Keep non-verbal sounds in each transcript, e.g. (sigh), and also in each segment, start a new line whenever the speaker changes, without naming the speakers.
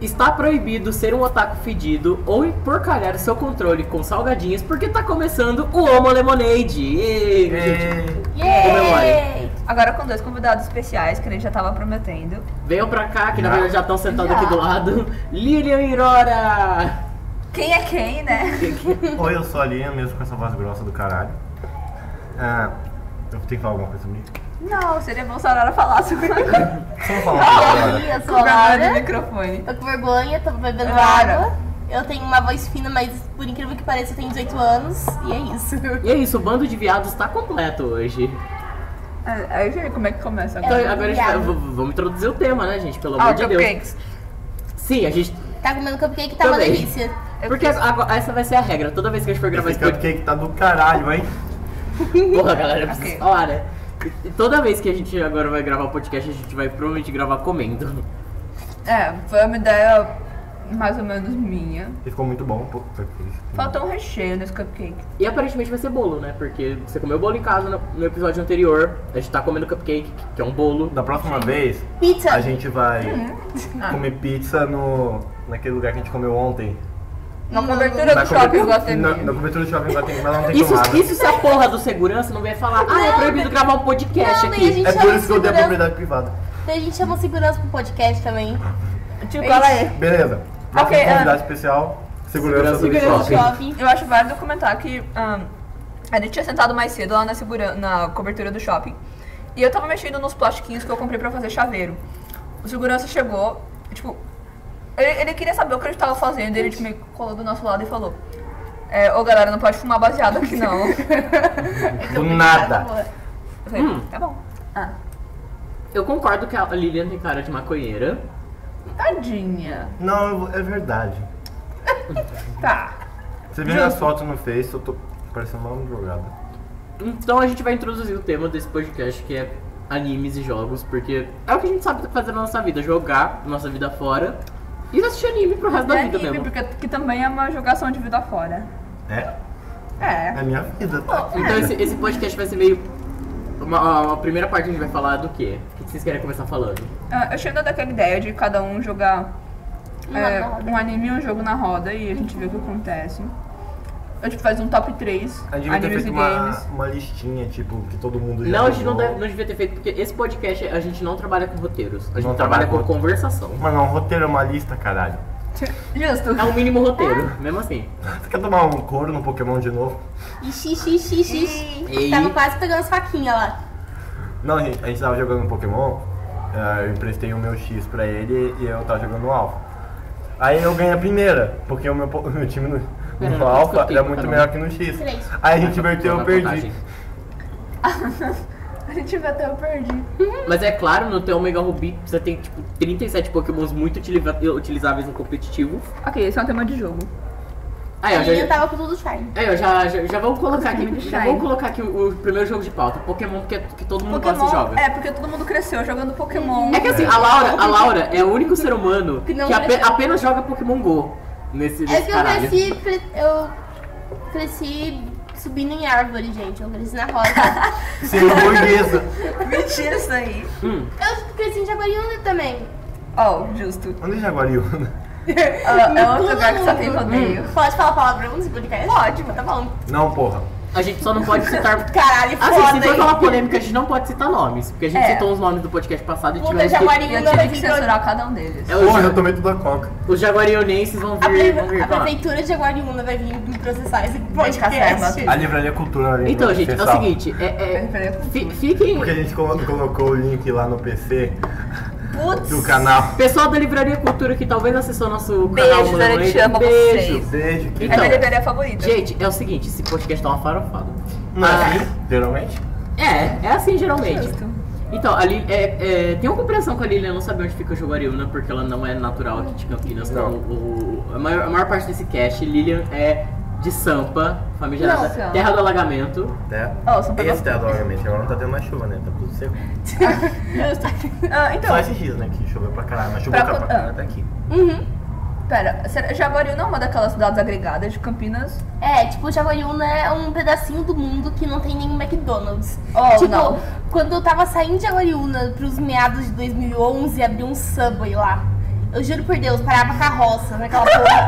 Está proibido ser um otaku fedido ou emporcalhar o seu controle com salgadinhos, porque tá começando o Homo Lemonade. Ei,
É.
gente, comemore.
Agora com dois convidados especiais que a gente já tava prometendo.
Venham pra cá, que na
Já.
verdade já estão sentados
Já.
aqui do lado. Lilian e Rora!
Quem é quem, né?
Oi, eu sou a Lina, mesmo com essa voz grossa do caralho. Ah, eu tenho que falar alguma coisa sobre isso?
Não, seria bom Sorara falar sobre
(laughs)
Só vou falar uma coisa agora.
Eu sou a
o de
Laura,
microfone.
tô com vergonha, tô bebendo
Lara.
água. Eu tenho uma voz fina, mas por incrível que pareça, eu tenho 18 anos e é isso.
E é isso, o bando de viados tá completo hoje.
Ah, Aí eu como é que começa
Então
agora.
É,
agora a gente vai-
viado.
v- v- vamos introduzir o tema, né, gente? Pelo amor
Ah,
de Deus.
cupcakes.
Sim, a gente.
Tá comendo cupcake, tá uma
Também.
delícia.
Eu
Porque
fiz-
agora- essa vai ser a regra. Toda vez que a gente for gravar
Esse
esse podcast.
cupcake tá do caralho, hein?
Porra, galera, precisa
Ok.
falar, né? E- e Toda vez que a gente agora vai gravar o podcast, a gente vai provavelmente gravar comendo.
É, foi uma ideia mais ou menos minha.
E ficou muito bom. Pô, foi feliz.
Faltou um recheio nesse cupcake.
E aparentemente vai ser bolo, né? Porque você comeu bolo em casa no, no episódio anterior. A gente tá comendo cupcake, que é um bolo.
Da próxima vez,
Pizza.
a gente vai Ah. comer pizza no, naquele lugar que a gente comeu ontem.
Hum.
Na cobertura
Na
do shopping eu
cobertura-
gostei
na, na
mesmo.
cobertura do shopping Guatemi, mas lá não tem
Isso,
tomada.
isso se a porra do segurança não vier falar, ah, é
Não,
proibido
mas-
gravar um podcast
Não, daí a
aqui.
gente
É por
chama
isso que eu dei a
segurança.
propriedade privada.
Então a gente chama o segurança pro podcast também.
Tio, cola aí.
Beleza. Nossa
Ok,
convidado
ah.
especial,
Segurança
segurança, do
do
shopping.
shopping.
Shopping.
Eu acho válido comentar que ahn, a gente tinha sentado mais cedo lá na, segura- na cobertura do shopping. E eu tava mexendo nos plastiquinhos que eu comprei pra fazer chaveiro. O segurança chegou, tipo, ele, ele queria saber o que a gente tava fazendo. Ele tipo, me colou do nosso lado e falou: é, Ô galera, não pode fumar baseado aqui não. (laughs) Eu
(laughs)
Do nada.
falei:
Hum.
Tá bom. Ah,
Eu concordo que a Lilian tem cara de maconheira.
tadinha.
Não, eu vou- é verdade.
Tá.
Você vê minhas fotos no Face, eu tô parecendo uma drogada.
Então a gente vai introduzir o tema desse podcast que é animes e jogos, porque é o que a gente sabe fazer na nossa vida, jogar nossa vida fora e assistir anime pro resto da
E
É
vida
anime,
mesmo.
é porque que também é uma jogação de vida fora.
É?
É.
É minha vida, tá?
Então esse, esse podcast vai ser meio. Uma, uma primeira parte a gente vai falar do quê? O que vocês querem começar falando?
Ah, Eu achei toda aquela ideia de cada um jogar
Uma
é,
roda.
um anime e um jogo na roda e a gente vê o que acontece. A gente faz um top 3
A
é
gente devia ter
animes e
feito uma,
games.
uma listinha, tipo, que todo mundo já
Não, a gente não,
jogou.
deve- não devia ter feito, porque esse podcast a gente não trabalha com roteiros, a gente
Não
trabalha
trabalha
com
com roteiro.
conversação.
Mano, um roteiro é uma lista, caralho. (laughs)
Justo.
É um mínimo roteiro, mesmo assim.
Você quer tomar um couro no Pokémon de novo?
Ixi, ixi, ixi, ixi.
Ei.
Tava quase pegando as faquinhas lá.
Não, gente, a gente tava jogando um Pokémon, eh, eu emprestei o meu X pra ele e eu tava jogando o Alpha. Aí eu ganhei a primeira, porque o meu, po- (laughs) o meu time no,
Pera,
no
não,
Alpha
quanto tempo,
era muito
cada um?
melhor que no X.
Três.
Aí a gente inverteu e eu
Na
perdi.
contagem.
A gente vê até eu perdi.
Mas é claro, no teu Omega Ruby você tem tipo 37 pokémons muito utiliva- utilizáveis no competitivo.
Ok, esse é um tema de jogo.
Aí,
A
ó,
menina
É, já,
tava com tudo charme.
aí, ó, já, já, já vamos colocar aqui.
Pokémon
Já
Shine.
vamos colocar aqui o, o primeiro jogo de pauta, Pokémon que, é- que todo mundo gosta e
Pokémon.
joga.
É, porque todo mundo cresceu jogando (laughs) Pokémon.
É que assim, a Laura, a Laura é o único ser humano que,
Que não
ape-
cresceu.
apenas joga Pokémon GO nesse,
É
nesse
que eu
caralho.
cresci, cre- eu cresci subindo em árvore, gente. Eu cresci na roda.
Sim, burguesa.
Mentira isso aí.
Hum,
eu cresci em Jaguariúna também.
Ó, justo.
Onde é Jaguariúna?
Ah, é outro lugar que só tem
Hum.
rodeio.
Pode falar palavrão nesse podcast?
Pode,
tá bom.
Não, porra.
a gente só não pode citar
Caralho,
Ah,
Assim, se
foda,
for
hein?
falar polêmica, a gente não pode citar nomes, porque a gente
É.
citou os nomes do podcast passado e
Puta,
tivemos que...
Jaguari-
E eu tive que censurar cada um deles.
É, os,
Porra, eu tomei tudo a coca.
os jaguarionenses vão
A,
vir,
pre-
vão vir
a
falar.
prefeitura de Aguariúna vai vir me processar esse podcast.
ferma.
A livraria cultura. a
Então,
livraria
gente, é o
universal.
seguinte, é- é-
Peraí, peraí.
fi- fiquem...
Porque a gente colo- colocou o link lá no PC do
Putz,
canal.
Pessoal da Livraria Cultura que talvez acessou nosso
Beijos,
canal, mano,
a gente
hein?
ama
beijo.
Beijo, que
É
Então,
minha livraria favorita.
Gente, é o seguinte, esse podcast tá uma farofada.
Não
Ah,
é assim, geralmente?
É, é assim geralmente.
Justo.
Então, a Lil- é, é, tem uma compreensão com a Lilian não saber onde fica o Jaguariúna, porque ela não é natural aqui de Campinas.
Não.
Então, o- o- a, maior, a maior parte desse cast, Lilian é de Sampa, famigerada
Nossa.
Terra do Alagamento.
Né?
Ó, São Paulo-
Esse teatro, obviamente, agora não tá tendo mais chuva, né? Tá tudo seco.
Ah, então,
Só esses dias, né? Que choveu pra caralho, mas choveu
Pra
pra
co-
caralho até aqui.
Ah.
Uhum.
pera, será- Jaguariúna é uma daquelas cidades agregadas de Campinas?
É, tipo, Jaguariúna é um pedacinho do mundo que não tem nenhum McDonald's.
Oh,
tipo,
não.
quando eu tava saindo de Jaguariúna pros meados de 2011, abriu um Subway lá. Eu juro por Deus, parava carroça naquela
(laughs)
porra.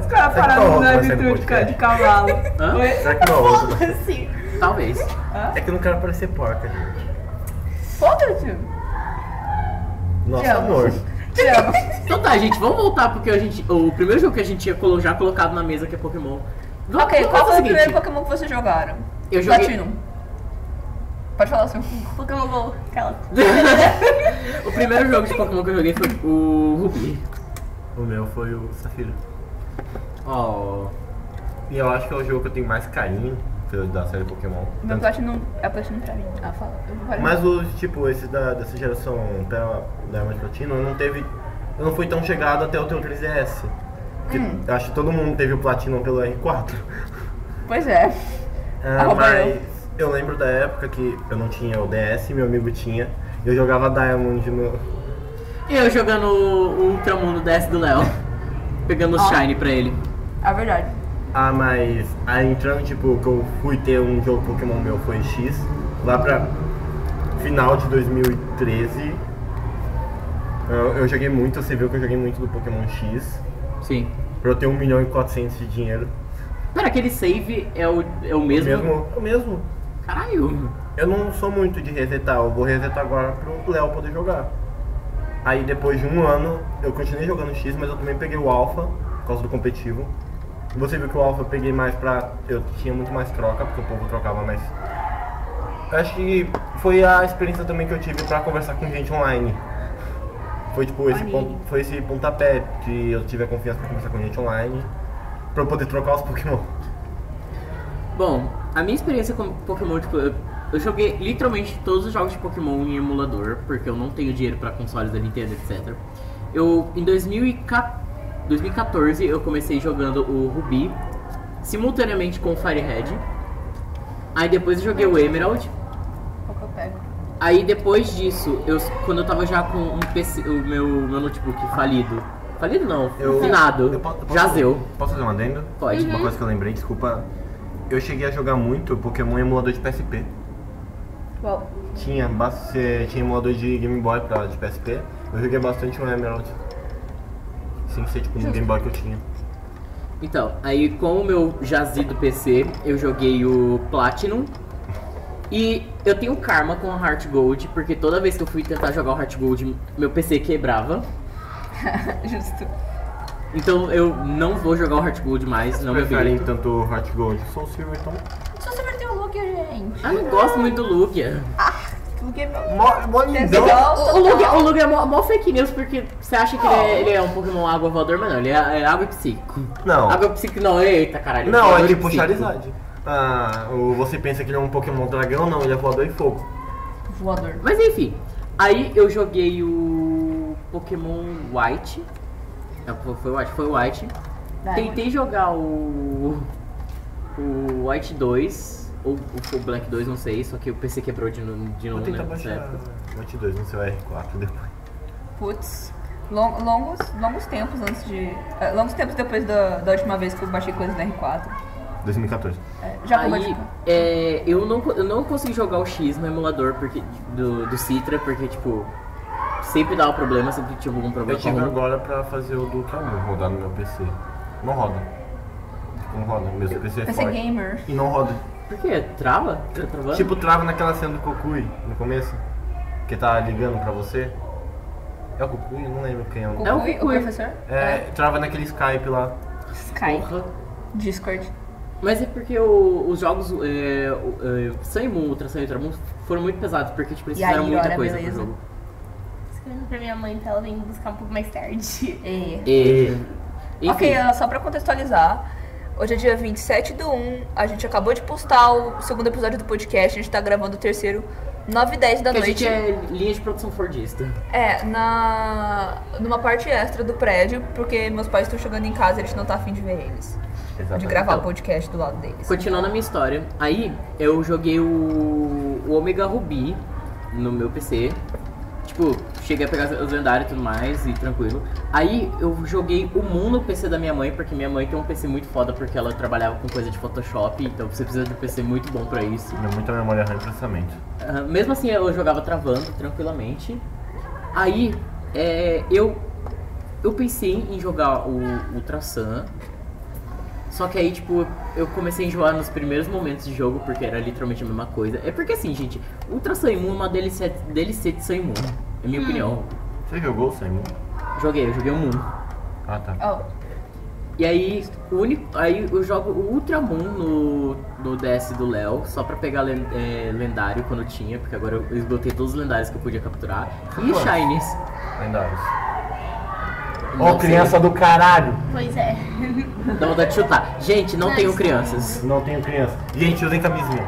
Os caras
Será que
pararam
não
na
vai ser
vitrine de, ca-
podcast?
de cavalo.
Hã?
Oi?
Será que não?
assim.
Talvez.
É que eu não quero parecer porca, gente.
Foda-se.
Nosso
Tchau.
amor.
Te amo.
Então tá, gente, vamos voltar porque a gente. O primeiro jogo que a gente tinha colo- já colocado na mesa que é Pokémon. Vamos-
(laughs) ok,
vamos
qual foi o
fazer
primeiro
seguinte.
Pokémon que vocês jogaram?
Eu joguei-
Platinum. Pode falar assim.
Pokémon Go. Aquela.
o primeiro jogo de Pokémon que eu joguei foi o Rubi.
O meu foi o Safira.
Ó.
E eu acho que é o jogo que eu tenho mais carinho pelo- da série Pokémon.
Meu
Tanto-
Platinum é Platinum pra mim. Ah, fala. Eu vou falar.
Mas os, tipo, esses da, dessa geração Pérola da Arma de Platino não teve. Eu não fui tão chegado até o teu 3DS. Que eu Acho que todo mundo teve o Platino pelo R4.
Pois é.
Ah,
Arroba
mas eu lembro da época que eu não tinha o DS, meu amigo tinha. Eu jogava Diamond no.
E eu jogando o Ultramundo DS do Léo. Pegando o Shine pra ele.
É verdade.
Ah, mas aí entrando, tipo, que eu fui ter um jogo Pokémon meu foi X, lá pra final de 2013. Eu, eu joguei muito, você viu que eu joguei muito do Pokémon X,
Sim.
pra eu ter 1 milhão e 400 de dinheiro.
Pera, aquele save é o, é o mesmo.
Mesmo, o mesmo.
Caralho.
Eu não sou muito de resetar, eu vou resetar agora pro Léo poder jogar. Aí depois de um ano, eu continuei jogando X, mas eu também peguei o Alpha, por causa do competitivo. Você viu que o Alpha eu peguei mais pra. Eu tinha muito mais troca, porque o povo trocava mais. Acho que foi a experiência também que eu tive pra conversar com gente online. Foi tipo esse,
Online.
pon- foi esse pontapé que eu tive a confiança pra conversar com gente online, pra eu poder trocar os Pokémon.
Bom, a minha experiência com Pokémon, tipo, eu, eu joguei literalmente todos os jogos de Pokémon em emulador, porque eu não tenho dinheiro pra consoles da Nintendo, etc. Eu, em 2014, 2014, eu comecei jogando o Ruby, simultaneamente com o Firehead. Aí depois eu joguei o Emerald.
Qual que eu pego?
Aí depois disso, eu, quando eu tava já com um PC, o meu, meu notebook falido. Falido não,
Eu-
finado.
eu posso- posso-
jazeu.
Posso fazer um adendo?
Pode.
Uma coisa que eu lembrei, desculpa. Eu cheguei a jogar muito Pokémon em emulador de PSP.
Qual?
Tinha, ba- cê- tinha emulador de Game Boy pra, de PSP. Eu joguei bastante um Emerald. Sem ser tipo um Game Boy que eu tinha.
Então, aí com o meu jazido PC, eu joguei o Platinum. E eu tenho karma com o Heart Gold, porque toda vez que eu fui tentar jogar o Heart Gold, meu PC quebrava.
(laughs) Justo.
Então eu não vou jogar o Heart Gold mais, não me
Preferem
habilito.
tanto o Heart Gold. Sou o Silver, então.
Só você perdeu o Lugia, gente.
Ah, não gosto muito do Lugia.
Lugia é meu.
Mó, mó lindão.
O o Lugia, o Lugia é mó, mó fake news, porque você acha que ele é, ele é um Pokémon água voador, mas não, ele é, é água e psíquico.
Não.
Água e psíquico não, eita caralho.
Não, é
voador e
tipo
psíquico.
Charizard. Ah, o- você pensa que ele é um Pokémon dragão? Não, ele é voador e fogo.
Voador.
Mas enfim, aí eu joguei o Pokémon White. Não, foi- foi White, foi White.
Vai,
Tentei jogar o o White 2 ou o o Black 2, não sei, só que o PC quebrou de novo, de
Vou
novo
tentar
né, nessa
baixar
época.
Note 2 no seu R4 depois.
Putz. Lon- Longos, longos tempos antes de. eh, Longos tempos depois da, da última vez que eu baixei coisas na R4.
2014.
É, já vou
Aí,
baixar.
é, eu, não, co- eu não consegui jogar o X no emulador porque, do, do Citra, porque, tipo, sempre dava problema, sempre tinha algum
Eu
problema. com
tive
algum-
agora pra fazer o do Camus rodar no meu PC. Não roda. Não roda. Meu PC é
PC
forte.
Gamer.
E não roda.
Por quê? Trava? Tá travando?
Tipo, trava naquela cena do Kukui no começo. Que tá ligando pra você. É o Kukui? Eu não lembro quem é. o-
É o
Kukui, o
Kukui.
professor?
É, trava naquele Skype lá.
Skype.
Porra.
Discord.
Mas é porque o- os jogos é, o- é, Sun e Moon, Ultra Sun e Ultra Moon foram muito pesados, porque tipo, eles
E aí,
fizeram muita
ora,
coisa
beleza.
pro jogo.
Escrevendo pra minha mãe pra ela vir buscar um pouco mais tarde.
É.
E, enfim,
Ok, ah, só pra contextualizar, hoje é dia 27 do 1, a gente acabou de postar o segundo episódio do podcast, a gente tá gravando o terceiro 9 e 10 da
porque a
noite.
gente é linha de produção Fordista.
É, na numa parte extra do prédio, porque meus pais estão chegando em casa e a gente não tá afim de ver eles. De gravar
Então,
o podcast do lado deles.
Continuando a minha história, aí eu joguei o, o Omega Ruby no meu PC. Tipo, cheguei a pegar os lendários e tudo mais, e tranquilo. Aí eu joguei o Moon no PC da minha mãe, porque minha mãe tem um PC muito foda, porque ela trabalhava com coisa de Photoshop, então você precisa de um PC muito bom pra isso.
É muita memória RAM e processamento.
Ah, mesmo assim, eu jogava travando tranquilamente. Aí, É, eu, eu pensei em jogar o Ultra Sun. Só que aí, tipo, eu comecei a enjoar nos primeiros momentos de jogo, porque era literalmente a mesma coisa. É porque assim, gente, Ultra Sun e Moon é uma DLC, DLC de Sun e Moon, é minha opinião.
Você jogou o Samu?
Joguei, eu joguei o Moon.
Ah, tá.
Oh,
E aí, o único, aí eu jogo o Ultramon no, no DS do Léo, só pra pegar len- é, lendário quando tinha, porque agora eu esgotei todos os lendários que eu podia capturar. E
Quantos?
Shinies.
Lendários. Ô,
Não sei.
criança do caralho!
Pois é.
Dá vontade de chutar. Gente, não
Não,
tenho
isso-
crianças.
Não tenho criança. Gente, usem camisinha.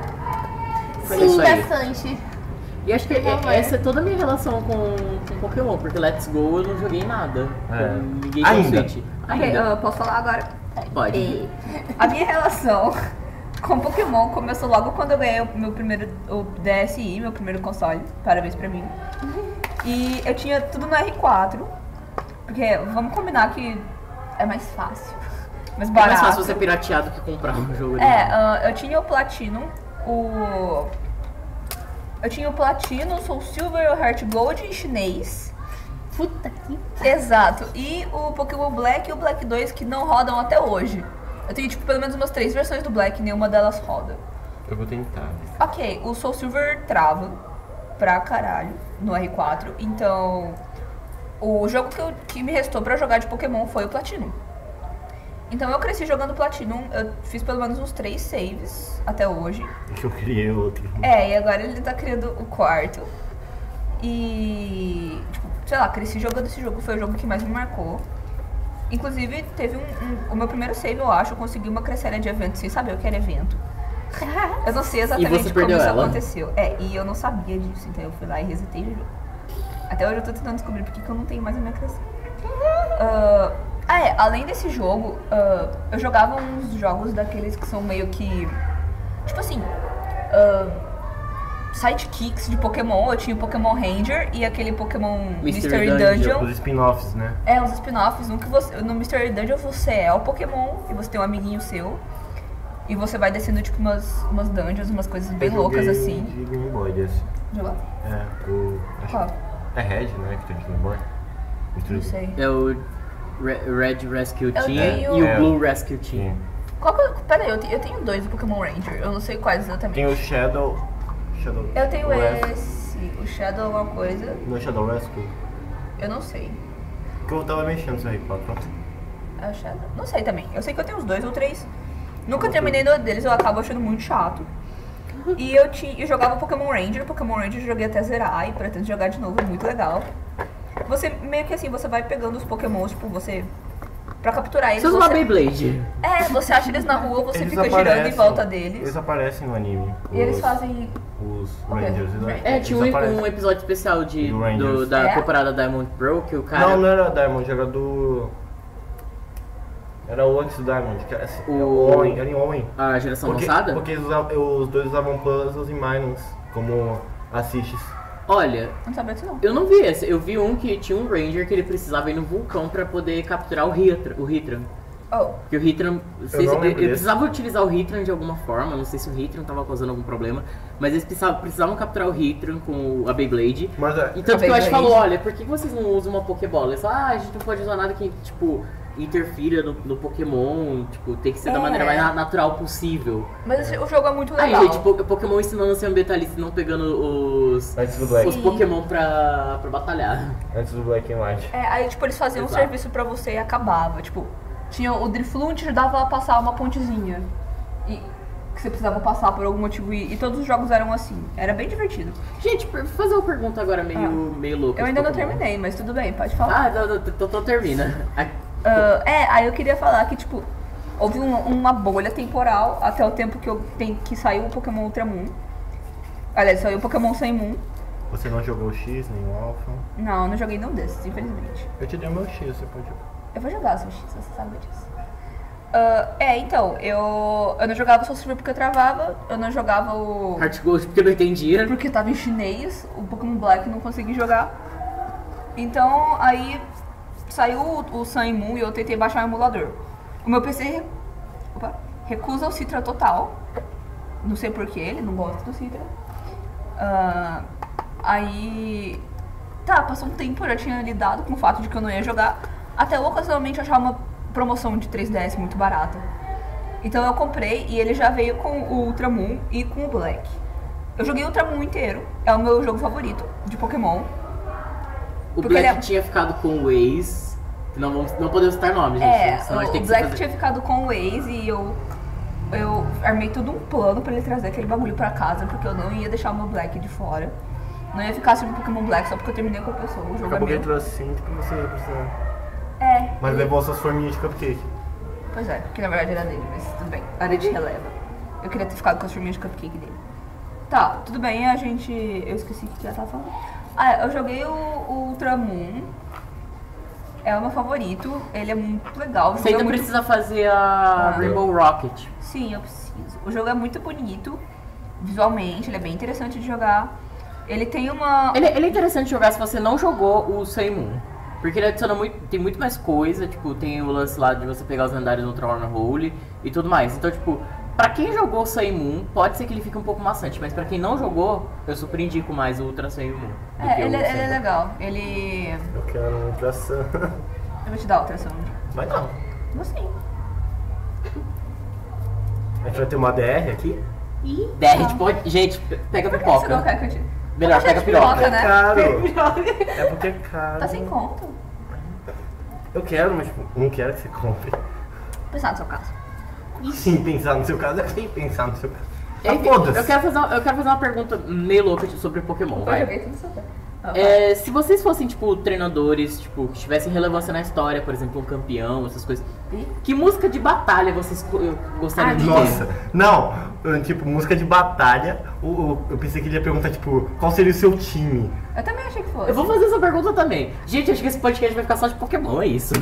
Foi
Sim,
isso aí.
bastante.
E acho que é-
Não é.
essa é toda a minha relação com, com Pokémon, porque Let's Go eu não joguei nada.
É.
Eu Liguei
Ainda.
no Switch.
ok,
Ainda.
eu posso falar agora?
Pode.
E-
A minha relação (laughs) com Pokémon começou logo quando eu ganhei o meu primeiro o DSi, meu primeiro console. Parabéns pra mim. E eu tinha tudo no R4. Porque vamos combinar que é mais fácil. (laughs) Mais
É mais
barato.
fácil você piratear do que comprar um jogo
É,
original.
ah, eu tinha o Platinum, o. Eu tinha o Platinum, o Soul Silver, o Heart Gold em chinês.
Puta que.
Exato. E o Pokémon Black e o Black 2 que não rodam até hoje. Eu tenho, tipo, pelo menos umas três versões do Black e nenhuma delas roda.
Eu vou tentar.
Ok, o Soul Silver trava pra caralho no R4. Então, o jogo que, eu- que me restou pra jogar de Pokémon foi o Platinum. Então eu cresci jogando Platinum, eu fiz pelo menos uns três saves até hoje.
Porque eu criei outro.
É, e agora ele tá criando o quarto. E. Tipo, sei lá, cresci jogando esse jogo, foi o jogo que mais me marcou. Inclusive, teve um. um- o meu primeiro save, eu acho, eu consegui uma crescera de evento sem saber o que era evento. Eu não
você
sei exatamente como
perdeu
isso
ela?
aconteceu. É, e eu não sabia disso, então eu fui lá e resetei o jogo. Até hoje eu tô tentando descobrir por que que eu não tenho mais a minha crescera. Ah, ah, é, além desse jogo, ah, eu jogava uns jogos daqueles que são meio que. Tipo assim. ah, sidekicks de Pokémon. Eu tinha o Pokémon Ranger e aquele Pokémon
Mystery
Mystery,
Dungeon.
Dungeon.
Os spin-offs, né?
É, os spin-offs. Um que você, no Mystery Dungeon você é o Pokémon e você tem um amiguinho seu. E você vai descendo, tipo, umas, umas dungeons, umas coisas bem
Eu
loucas
joguei um
assim.
De Game Boy desse.
Deixa eu lá.
É, o. acho
Qual?
que É Red, né? Que tem de Game Boy.
Não sei.
É o Re- Red Rescue
Eu
Team
tenho-
e o
É.
Blue Rescue Team.
Sim.
Qual que eu. Pera aí, eu, te- eu tenho dois do Pokémon Ranger. Eu não sei quais exatamente.
Tem o Shadow. Shadow.
Eu tenho
Rescue.
esse, o Shadow alguma coisa,
Não é Shadow Rescue?
eu não sei.
Que eu tava mexendo no seu R4.
É o Shadow? Não sei também. Eu sei que eu tenho uns dois ou três. Nunca terminei nenhum deles, eu acabo achando muito chato. E eu, tinha, eu jogava Pokémon Ranger, Pokémon Ranger eu joguei até zerar e pretendo jogar de novo, é muito legal. Você meio que assim, você vai pegando os Pokémons, tipo, você. Pra capturar eles.
Você usa uma
Você,
Beyblade.
é, você acha eles na rua, você
Eles
fica girando em
aparecem.
volta deles.
Eles aparecem no anime.
E eles
Os-
fazem.
Os
Ok.
Rangers. né?
É, tinha um,
Eles aparecem.
um episódio especial de,
Do Rangers.
do- da
É?
temporada Diamond Pro que o cara.
Não, não era Diamond, era do. Era o antes do Diamond, que era assim.
O- Tá
era O Owen, era em Owen.
A geração
Porque,
lançada?
porque eles usavam- os dois usavam puzzles e minons como assistes.
Olha,
Não sabia disso não.
eu não vi esse. Eu vi um que tinha um Ranger que ele precisava ir no vulcão pra poder capturar o Hitran. O Hitran.
Oh,
Porque o Hitran. se-
não lembro
ele
desse.
precisava utilizar o Hitran de alguma forma. Não sei se o Hitran tava causando algum problema. Mas eles precisavam, precisavam capturar o Hitran com o- a Beyblade.
Mas é,
E tanto que o Ash
Beyblade.
falou, olha, por que vocês não usam uma Pokébola? Eles falam, ah, a gente não pode usar nada que, tipo, interfira no, no Pokémon. Tipo, tem que ser da
É.
maneira mais na- natural possível.
mas esse- o jogo é muito
Aí,
legal.
gente, po- Pokémon ensinando a ser ambientalista e não pegando os,
antes do Black.
os Pokémon pra, pra batalhar.
Antes do Black and White.
É, aí, tipo, eles faziam
Exato.
um serviço pra você e acabava. Tipo, tinha o Drifloon te ajudava a passar uma pontezinha. E que você precisava passar por algum motivo. E, e todos os jogos eram assim. Era bem divertido.
Gente, per- vou fazer uma pergunta agora meio,
Ah.
meio louca.
Eu
de
ainda não
Pokémon.
terminei, mas tudo bem, pode falar.
Ah, não, não, t- então termina. Ah,
Ah, é, aí eu queria falar que, tipo, houve um- uma bolha temporal até o tempo que, eu, tem, que saiu o Pokémon Ultramoon. Aliás, saiu o Pokémon Sun e Moon.
Você não jogou o X, nem o Alpha.
Não, eu não joguei nenhum desses, infelizmente.
Eu te dei o meu X, você pode jogar.
Eu vou jogar Sushi, se você sabe disso. Ah, é, então, eu, eu não jogava Soul Silver porque eu travava, eu não jogava o.
Heart Gold, porque eu não entendia.
Porque tava em chinês, o Pokémon Black eu não consegui jogar. Então, aí saiu o, o Sun e Moon e eu tentei baixar o emulador. O meu PC re- opa, recusa o Citra total. Não sei porquê, ele não gosta do Citra. Ah, aí tá, passou um tempo, eu já tinha lidado com o fato de que eu não ia jogar. Até eu ocasionalmente achar uma promoção de 3DS muito barata. Então eu comprei e ele já veio com o Ultramoon e com o Black. Eu joguei o Ultramoon inteiro, é o meu jogo favorito de Pokémon.
O
Porque
Black
ele é-
tinha ficado com o Waze. que Não, vamos, não podemos citar nomes,
É,
gente. senão a gente
o,
tem
o
que
Black
fazer.
tinha ficado com o Waze e eu, eu armei todo um plano pra ele trazer aquele bagulho pra casa, porque eu não ia deixar o meu Black de fora. Não ia ficar sem o Pokémon Black só porque eu terminei com a pessoa. O jogo é
Acabou que
meu.
ele trouxe cinto pra você precisar.
É.
Mas
ele-
levou suas forminhas de cupcake.
Pois é, que na verdade era dele, mas tudo bem. Área de releva. Eu queria ter ficado com as forminhas de cupcake dele. Tá, tudo bem, a gente. Eu esqueci o que já tava falando. Ah, é, eu joguei o, o Ultramoon. É o meu favorito. Ele é muito legal. o
Você
jogo é
ainda
muito-
precisa fazer a
Ah.
Rainbow Rocket.
Sim, eu preciso. O jogo é muito bonito, visualmente, ele é bem interessante de jogar. Ele tem uma.
Ele, ele é interessante jogar se você não jogou o Sun Moon. Porque ele adiciona muito. Tem muito mais coisa, tipo, tem o lance lá de você pegar os lendários no Thornhole e tudo mais. Então, tipo, pra quem jogou o Sun Moon, pode ser que ele fique um pouco maçante, mas pra quem não jogou, eu super indico mais o Ultra Sun Moon. do
É,
que o
ele,
Sun
ele é
Moon.
legal. Ele.
Eu quero um (laughs) tração.
Eu vou te dar outra sound.
Mas não.
Vou sim.
A gente vai ter uma DR aqui?
Ih,
Derrete, pode. tipo, Gente, pe- pega
Por que você não
pipoca.
quer que eu te.
Melhor,
Tá cheio
pega
de
piroca.
pipoca,
É
né?
caro. É porque é caro.
Tá sem conto?
Eu quero, mas tipo, não quero que você (laughs) compre.
Pensar no seu caso.
Sim, pensar no seu caso é sem pensar no seu caso. Tá
Enfim,
foda-se.
eu, quero fazer uma, eu quero fazer uma pergunta meio louca tipo, sobre Pokémon,
Eu
vai.
joguei tudo seu tempo.
É, se vocês fossem, tipo, treinadores, tipo, que tivessem relevância na história, por exemplo, um campeão, essas coisas, que música de batalha vocês co- eu gostariam de ter?
Nossa, não, eu, tipo, música de batalha. o- o- Eu pensei que ele ia perguntar, tipo, qual seria o seu time?
Eu também achei que fosse.
Eu vou fazer essa pergunta também. Gente, acho que esse podcast vai ficar só de Pokémon, é isso.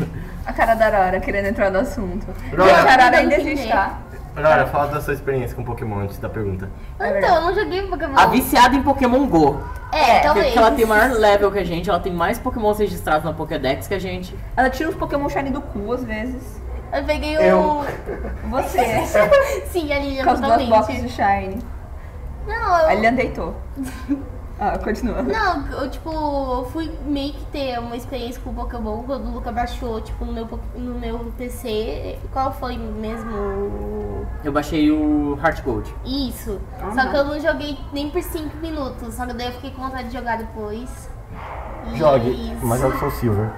A cara da Arara querendo entrar no assunto.
Arara.
Gente, a Arara ainda
Não
existe,
entendi.
tá?
Laura, fala da sua experiência com Pokémon antes da pergunta.
Então, eu não joguei Pokémon.
A viciada em Pokémon GO.
É,
Porque
talvez.
ela tem maior level que a gente, ela tem mais Pokémon registrados na Pokédex que a gente.
Ela tira os Pokémon Shiny do cu às vezes.
Eu peguei
Eu.
o.
Você,
Sim, a Lilian
com as duas boxes de
totalmente.
Shiny.
Não, eu.
A Lilian deitou. Ah, continua.
Não, eu tipo, eu fui meio que ter uma experiência com o Pokémon quando o Luca baixou, tipo, no meu, po- no meu PC. Qual foi mesmo?
Eu baixei o Heart Gold.
Isso.
Ah,
só
não.
que eu não joguei nem por 5 minutos. Só que daí eu fiquei com vontade de jogar depois. E
Jogue,
É isso.
mas jogue só o Silver.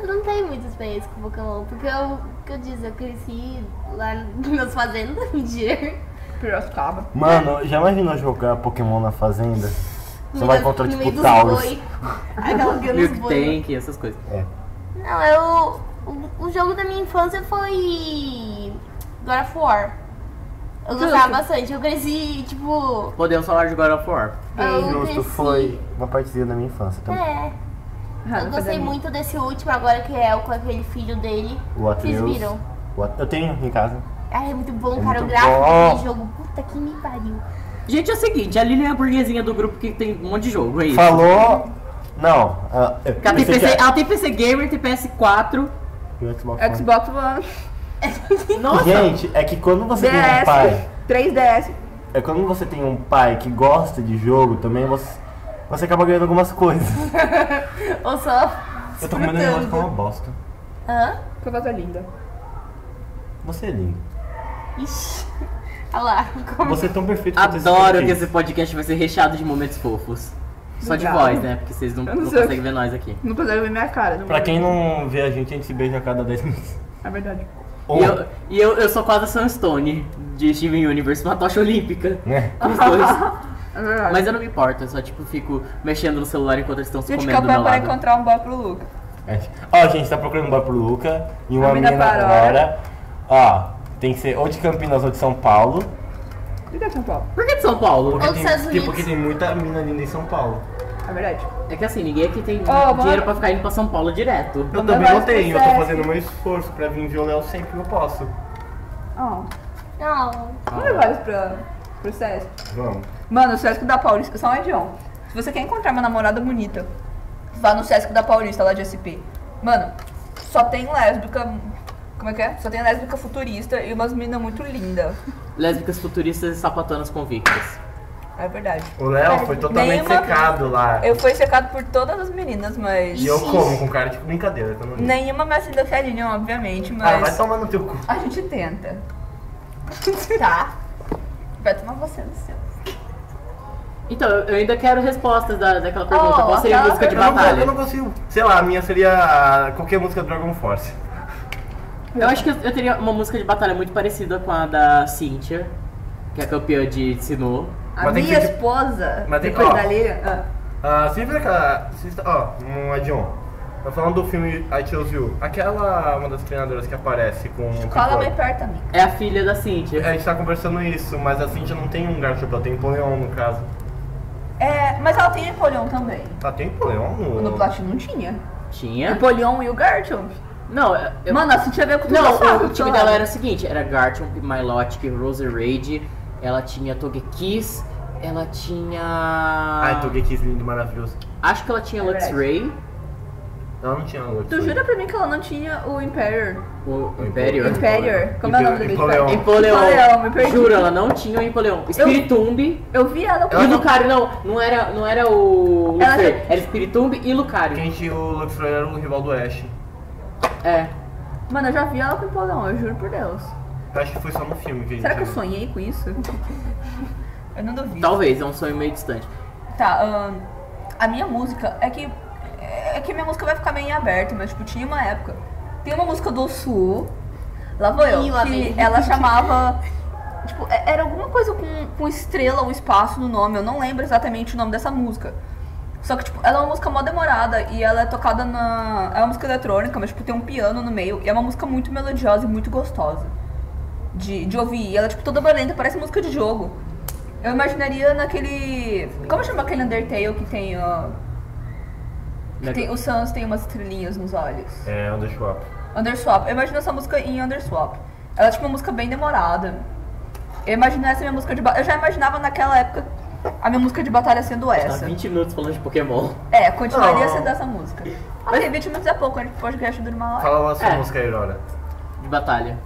Eu não tenho muita experiência com Pokémon, porque eu, o que eu disse, eu cresci lá nas fazendas, (laughs) mentira.
Piracicaba.
Mano, já imaginou jogar Pokémon na fazenda? Você
No
vai
meio-
encontrar
no
tipo
meio
o
dos
Taurus. (laughs)
boi. Aquela guia
Milk
dos boi. né?
Tank, essas coisas.
É.
Não, eu. O, o jogo da minha infância foi. God of War. Eu gostava bastante, eu cresci, tipo.
Podemos falar de God of War.
Eu
Justo,
cresci.
foi uma partezinha da minha infância Então, também.
Então, É, eu gostei muito desse último agora que é o com aquele filho dele.
O
Vocês
Atreus.
viram?
o At- Eu tenho em casa.
Ai, é muito bom,
É
cara. o
muito
gráfico
bom.
daquele jogo. Puta que me pariu.
Gente, é o seguinte, a Lilian é a burguesinha do grupo que tem um monte de jogo, é isso.
Falou. Não. ah, eu
Ela tem,
pensei
PC,
que era-
ela tem PC Gamer, tem PS4.
E o Xbox One.
Xbox One,
Nossa!
Gente, é que quando você tem um
DS,
pai.
3DS.
É quando você tem um pai que gosta de jogo também, você, você acaba ganhando algumas coisas.
Ou só.
Eu tô comendo um negócio com uma bosta.
Hã?
Que voz é linda.
Você é lindo.
Ixi. (laughs) Olha lá. Como...
Você é tão perfeito quanto esse
Adoro que
podcast.
esse podcast vai ser recheado de momentos fofos. Só de
Obrigada.
voz, né? Porque vocês não,
Eu
não,
não sei.
conseguem ver nós aqui.
Não consegue ver minha cara.
Pra quem não vê a gente, a gente se beija a cada 10 minutos.
É verdade.
Ou,
E, eu, e eu, eu sou quase a Sunstone de Steven Universe, uma tocha olímpica.
né?
Os dois.
É verdade.
Mas eu não me importo, eu só tipo fico mexendo no celular enquanto eles estão se
Gente,
comendo do
campanha
meu
para
lado.
encontrar um boy pro Luca.
É. Ó, gente, tá procurando um bar pro Luca e uma
Uma mina
mina
pra
pra Nora. Ó, tem que ser ou de Campinas ou de São Paulo.
Liga São Paulo.
Por que de São Paulo?
Oh,
Ou dos Estados Unidos.
tem muita mina linda em São Paulo.
É verdade.
É que assim, ninguém aqui tem
vamos-
dinheiro pra ficar indo pra São Paulo direto.
Eu
Vamos
também
levar
não
esse
tenho, eu tô
processo.
fazendo meu esforço pra vir ver o Léo sempre que eu posso.
Ó,
Não.
Ah.
vamos levar isso pra, pro Sesc.
Vamos.
Mano, o Sesc da Paulista, só um adião. Se você quer encontrar uma namorada bonita, vá no Sesc da Paulista, lá de SP. Mano, só tem lésbica... Como é que é? Só tem lésbica futurista e umas meninas muito lindas.
Lésbicas futuristas e sapatonas convictas.
É É verdade.
O Léo foi totalmente
Nenhuma-
secado lá.
Eu fui secado por todas as meninas, mas.
E eu
Sim.
como com cara de brincadeira. Então não...
Nenhuma mais linda que a Lilian, obviamente,
Ah, vai
mas.
tomar no teu cu.
a gente tenta. (laughs)
Tá.
Vai tomar você no seu.
Então, eu ainda quero respostas da, daquela pergunta.
Oh,
Qual seria a
aquela
música de
Eu não,
batalha?
eu não consigo. Sei lá, a minha seria qualquer música do Dragon Force.
Eu acho que eu, eu teria uma música de batalha muito parecida com a da Cynthia, que é campeã de Sinnoh.
A
Mas tem
minha
que-
esposa,
Mas tem-
depois
ó.
da Lilian. ah,
Ah, você lembra aquela. vocês tá- Ó, um adion. Tá falando do filme I Chose You. Aquela, uma das treinadoras que aparece com. o
Cola
pipoca.
mais perto, amiga.
É a filha da Cynthia.
A gente tá conversando isso, mas a Cintia não tem um garoto, ela tem Poleon no caso.
É, mas ela tem Empoleon também.
Tá, tem Poleon no.
No Platinum tinha.
É
Tinha?
Empoleon e o Garchomp.
Não, eu- eu...
Mano, assim, a Cintia veio com tudo
Não,
no saco,
o, o time
toda.
dela era o seguinte, era Garchomp, Milotic, Roserade, ela tinha Togekiss, ela tinha...
Ai, Togekiss lindo, maravilhoso.
Acho que ela tinha
É verdade.
Luxray,
Ela não tinha Lux.
Tu jura pra mim que ela não tinha o Imperior?
o Imperior.
Imperior? Como é o nome dele?
Empoleon.
Empoleon.
Empoleon, me perdi.
Juro, ela não tinha o Empoleon. Spiritomb
Eu vi ela com
e
Ela não-
Lucario, não, não era, não era o
Ela
Luxray,
tinha-
era Spiritomb e Lucario.
Quem tinha o Luxray era o rival do Ash.
É.
Mano, eu já vi ela com Empoleon, eu juro por Deus.
Eu acho que foi só no filme que a gente
Será que eu
viu.
sonhei com isso? (laughs) eu não duvido.
Talvez, é um sonho meio distante.
Tá, ahn, a minha música é que. É que minha música vai ficar meio em aberto, mas tipo, tinha uma época. Tem uma música do Sul, lá vou eu,
Ih, lá
que
vem.
ela chamava. Tipo, é- era alguma coisa com, com estrela ou espaço no nome, eu não lembro exatamente o nome dessa música. Só que, tipo, ela é uma música mó demorada e ela é tocada na. É uma música eletrônica, mas, tipo, tem um piano no meio. E é uma música muito melodiosa e muito gostosa de, de ouvir. E ela é, tipo, toda barulhenta, parece música de jogo. Eu imaginaria naquele. Como chama aquele Undertale que tem, ó. Que tem, o Sans tem umas estrelinhas nos olhos.
É, o Undershop.
Underswap. Eu imagino essa música em Underswap. Ela é tipo uma música bem demorada. Eu imagino essa minha música de batalha. Eu já imaginava naquela época a minha música de batalha sendo
Tá
essa.
20 minutos falando de Pokémon.
É, continuaria
Ah.
sendo essa música. Ok, 20 minutos é pouco, a gente podcast dura uma hora.
Fala lá sua
É.
música, Aurora.
De batalha.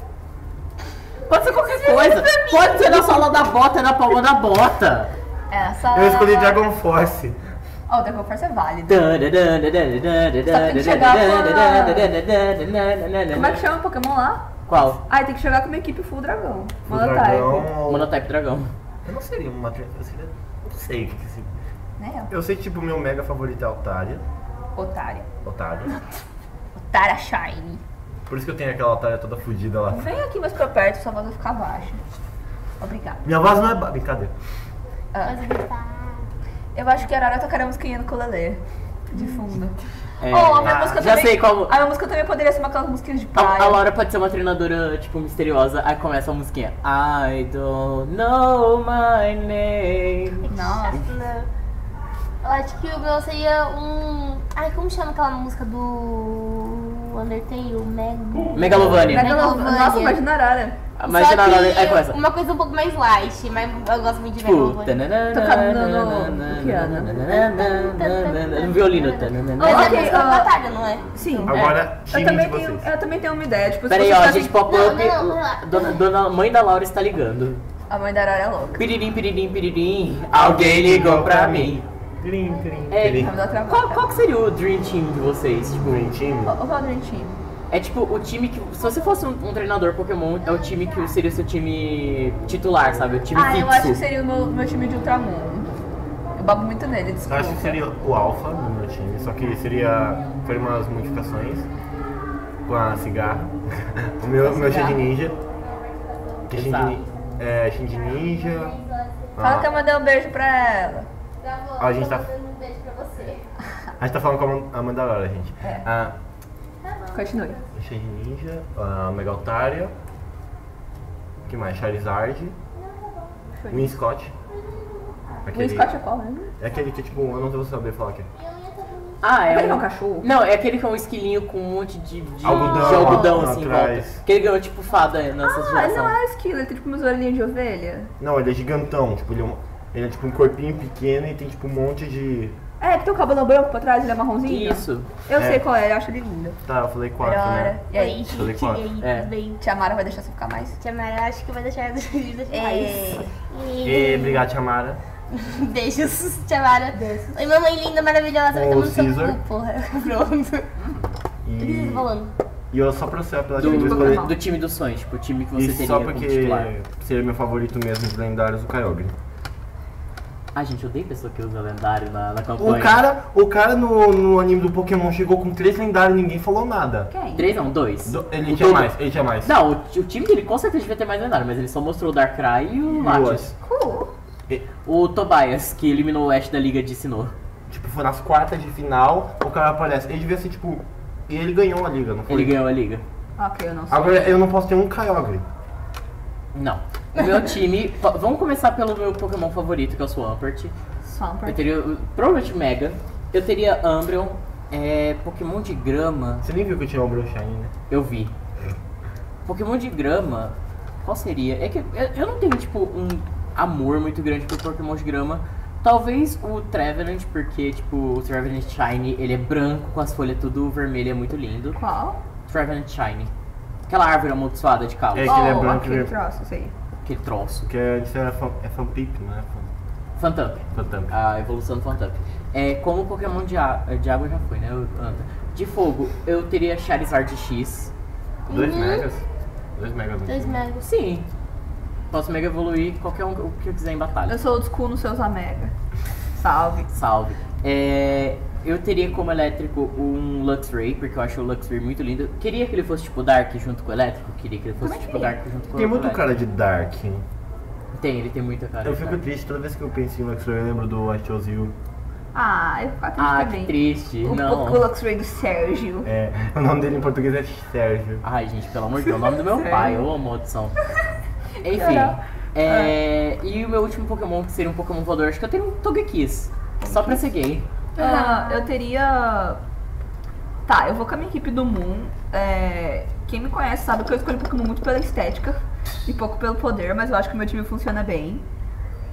Pode ser qualquer
é
coisa. Pode ser na sala da bota, na palma da bota.
Essa.
Eu escolhi Dragon Force.
É, Ó, o Dragon Force é válido.
Então.
tá Como é que chama o Pokémon lá?
Qual?
Ah, tem que jogar com uma equipe full dragão.
O
Monotype.
dragão-
Monotype Dragão.
Eu não seria uma. tre- Eu seria. Não sei o que que seria.
Né?
Eu sei que, tipo, meu mega favorito é Altaria.
Otária.
Otário.
Otária Shine.
Por isso que eu tenho aquela Altaria toda fodida lá.
Vem aqui mais pra perto, sua voz vai ficar baixa. Obrigada.
Minha voz não é. ba- Brincadeira.
Ah,
Mas eu vou tá.
eu acho que a Arara tocaria a musiquinha do Colelê. De fundo.
É,
oh, a minha música
já
também.
sei como- Tá
A minha música também poderia ser uma aquelas musiquinhas de
A, a
praia.
Laura pode ser uma treinadora, tipo, misteriosa. Aí começa a musiquinha. I don't know my name.
Nossa.
Eu acho que o meu seria um. Ai, como chama aquela música do Undertale? Mega.
Megalovania.
Megalovania.
Nossa, imagina a Arara.
Mas
Só
na Laura
que
é coisa.
Uma coisa um pouco mais light, mas eu gosto muito de
Tipo,
Megalovania.
tananana,
Tocando no-
nananana,
no piano.
nananana, no um violino. tananana.
Mas é
Ok,
música de
ah.
batalha, não é?
Sim.
Agora,
Eu
time de
também, tenho,
vocês.
eu também tenho uma ideia. Tipo, se
Peraí,
você
ó,
tá
a gente
Não,
pop-up.
não, não.
Dona, dona mãe da Laura está ligando.
A mãe da Arara é louca.
Piririm, piririm, piririm. Alguém ligou pra mim.
Trim, trim,
É,
trim.
Vai me dar trabalho.
Qual, qual que seria o Dream Team de vocês? Tipo,
Dream Team?
Ó, ó, Valorant Team.
é tipo o time que. Se você fosse um, um treinador Pokémon, é o time que seria o seu time titular, sabe? O time
Ah, eu acho que
fixo.
seria o meu, meu time de Ultramundo. Eu babo muito nele,
Eu
desculpa.
acho que seria o Alpha no meu time, só que seria. faria umas modificações com a cigarra. (laughs) O meu, meu Shinji Ninja. Shinji,
Exato.
é, Shinji Ninja.
Fala que eu
Ah,
mandei um beijo pra ela.
a gente tá-
um beijo pra você.
a gente tá falando com a Amanda Laura, gente.
É.
Ah,
Continue.
Shinji Ninja, a Mega Altaria. O que mais? Charizard. Win Scott.
O Scott é qual, né?
é aquele que, tipo, eu não vou saber falar que é.
Ah,
Aquele
é
que é
um.
um cachorro?
Não, é aquele que é um esquilinho com um monte de, de,
Algodão
de algodão
lá
assim em volta.
atrás.
Que ele ganhou tipo fada nessa
Ah, ele
geração.
não é esquilo, ele tem tipo umas orelhinhas de ovelha.
Não, ele é gigantão, tipo, ele é, um, ele é tipo um corpinho pequeno e tem tipo um monte de.
É, que tem o cabelo branco pra trás, ele é marronzinho.
Isso.
Eu
É.
sei qual é, eu acho ele lindo.
Tá, eu falei quatro,
Melhora.
né?
E aí?
Falei quatro.
E aí,
É.
tudo bem?
Tia Mara vai deixar você ficar mais.
(laughs) Tia Mara, acho que vai deixar a gente deixar
É.
mais.
E obrigado, Chamara.
(laughs) Beijos, Tiamara. Oi, mamãe linda, maravilhosa, vai
Ô,
tomar no seu
Caesar.
cu, porra. (laughs) Pronto. O que você tá
E,
falando?
e eu só pra ser apelativo, eu escolhi.
Do, do time dos sonhos, tipo, o time que você
E
teria
só
como
porque
titular.
seria meu favorito mesmo de lendários, o Kyogre.
Ah, gente, eu odeio pessoa que usa lendário na, na campanha.
O cara, o cara no, no anime do Pokémon chegou com três lendários e ninguém falou nada.
Três não, dois.
Do-
O
ele tinha
todo-
mais, ele tinha mais.
Não, o, ti- o time dele com certeza devia ter mais lendário, mas ele só mostrou o Darkrai e o
Duas.
Latias.
Cu.
O Tobias, que eliminou o Ash da Liga de Sinnoh.
Tipo, foi nas quartas de final, o cara aparece. Ele devia ser tipo. E ele ganhou a liga, não foi?
Ele ganhou a liga.
Ok, eu não sei.
Agora eu não posso ter um Kyogre.
Não. O
(laughs)
meu time. fa- Vamos começar pelo meu Pokémon favorito, que é o Swampert. Eu
Swampert.
teria. uh, Provavelmente Mega. Eu teria Umbreon. É, Pokémon de grama.
Você nem viu que eu tinha um Broshine, né?
Eu vi. Pokémon de grama, qual seria? É que eu- eu não tenho, tipo, um amor muito grande por Pokémon de grama. Talvez o Trevenant, porque, tipo, o Trevenant Shiny, ele é branco, com as folhas tudo vermelha, é muito lindo.
Qual?
Trevenant Shiny. Aquela árvore amaldiçoada de calos,
É que ele é
Oh,
branco e
aquele
vermelho.
troço, sei.
aquele troço.
Porque antes era fan, é Fanpip, não é fan,
Phantump,
Fantamp.
a evolução do Phantump. É, como o Pokémon de, a- de água já foi, né? Eu- anda. De fogo, eu teria Charizard X.
Dois
Uhum.
megas? Dois megas. não
Dois
tinha.
magos.
Sim, posso mega evoluir qualquer um que eu- que eu quiser em batalha.
Eu sou old school nos seus Amega. Salve.
Salve. É, eu teria como elétrico um Luxray, porque eu acho o Luxray muito lindo. Queria que ele fosse tipo Dark junto com o elétrico. Queria que ele fosse
Também
tipo
queria.
Dark junto com
Tem
o
muito
elétrico.
cara de Dark.
Tem, ele tem muita cara.
Eu
de
fico
Dark.
triste toda vez que eu penso em Luxray, eu lembro do I Chose You.
Ah, eu fico
Ah,
triste
que
também.
triste.
O,
não.
o, o Luxray do Sérgio.
É, (laughs) o nome dele em português é Sérgio.
Ai, gente, pelo amor de Deus, o nome do meu
(laughs) Sério?
pai, ô
(laughs)
maldição. Enfim.
Caralho. Ah.
é, E o meu último Pokémon, que seria um Pokémon voador, acho que eu teria um Togekiss. Só pra ser gay.
Ah, eu teria. Tá, eu vou com a minha equipe do Moon. É, Quem me conhece sabe que eu escolho Pokémon muito pela estética e pouco pelo poder, mas eu acho que o meu time funciona bem.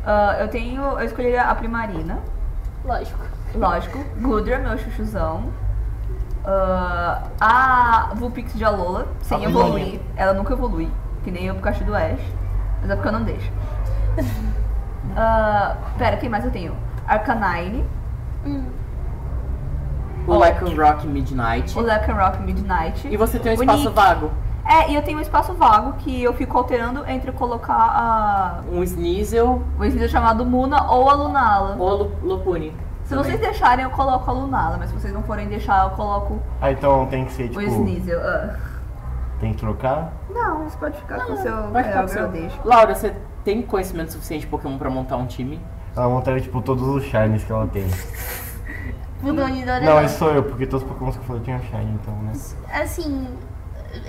Ah, eu tenho. Eu escolheria a Primarina,
Lógico.
lógico. Gudra, meu chuchuzão. Ah, a Vulpix de Alola, sem
A
evoluir. Ela nunca evolui, que nem o Pikachu do Ash. Mas é porque eu não deixo. Ah, pera, quem mais eu tenho? Arcanine.
Hum.
O Lycanroc Midnight.
o Rock Midnight.
E você tem um espaço
O Nick-
vago.
É, e eu tenho um espaço vago que eu fico alterando entre colocar a.
Um Sneasel
O Sneasel chamado Muna ou a Lunala.
ou a Lu- Lupuni.
Se
também.
vocês deixarem, eu coloco a Lunala, mas se vocês não forem deixar, eu coloco
Ah, então tem que ser tipo.
o Sneasel. Ah.
Tem que trocar?
Não, você pode ficar com o seu.
Vai ficar tá com
é, eu
seu.
deixo.
Laura, você tem conhecimento suficiente de Pokémon pra montar um time?
Ela montaria tipo todos os charmes que ela tem.
Mudou de né? Dora.
é
Não, esse sou eu, porque todos os pokémons que eu falei tinham shine, então, né?
Assim,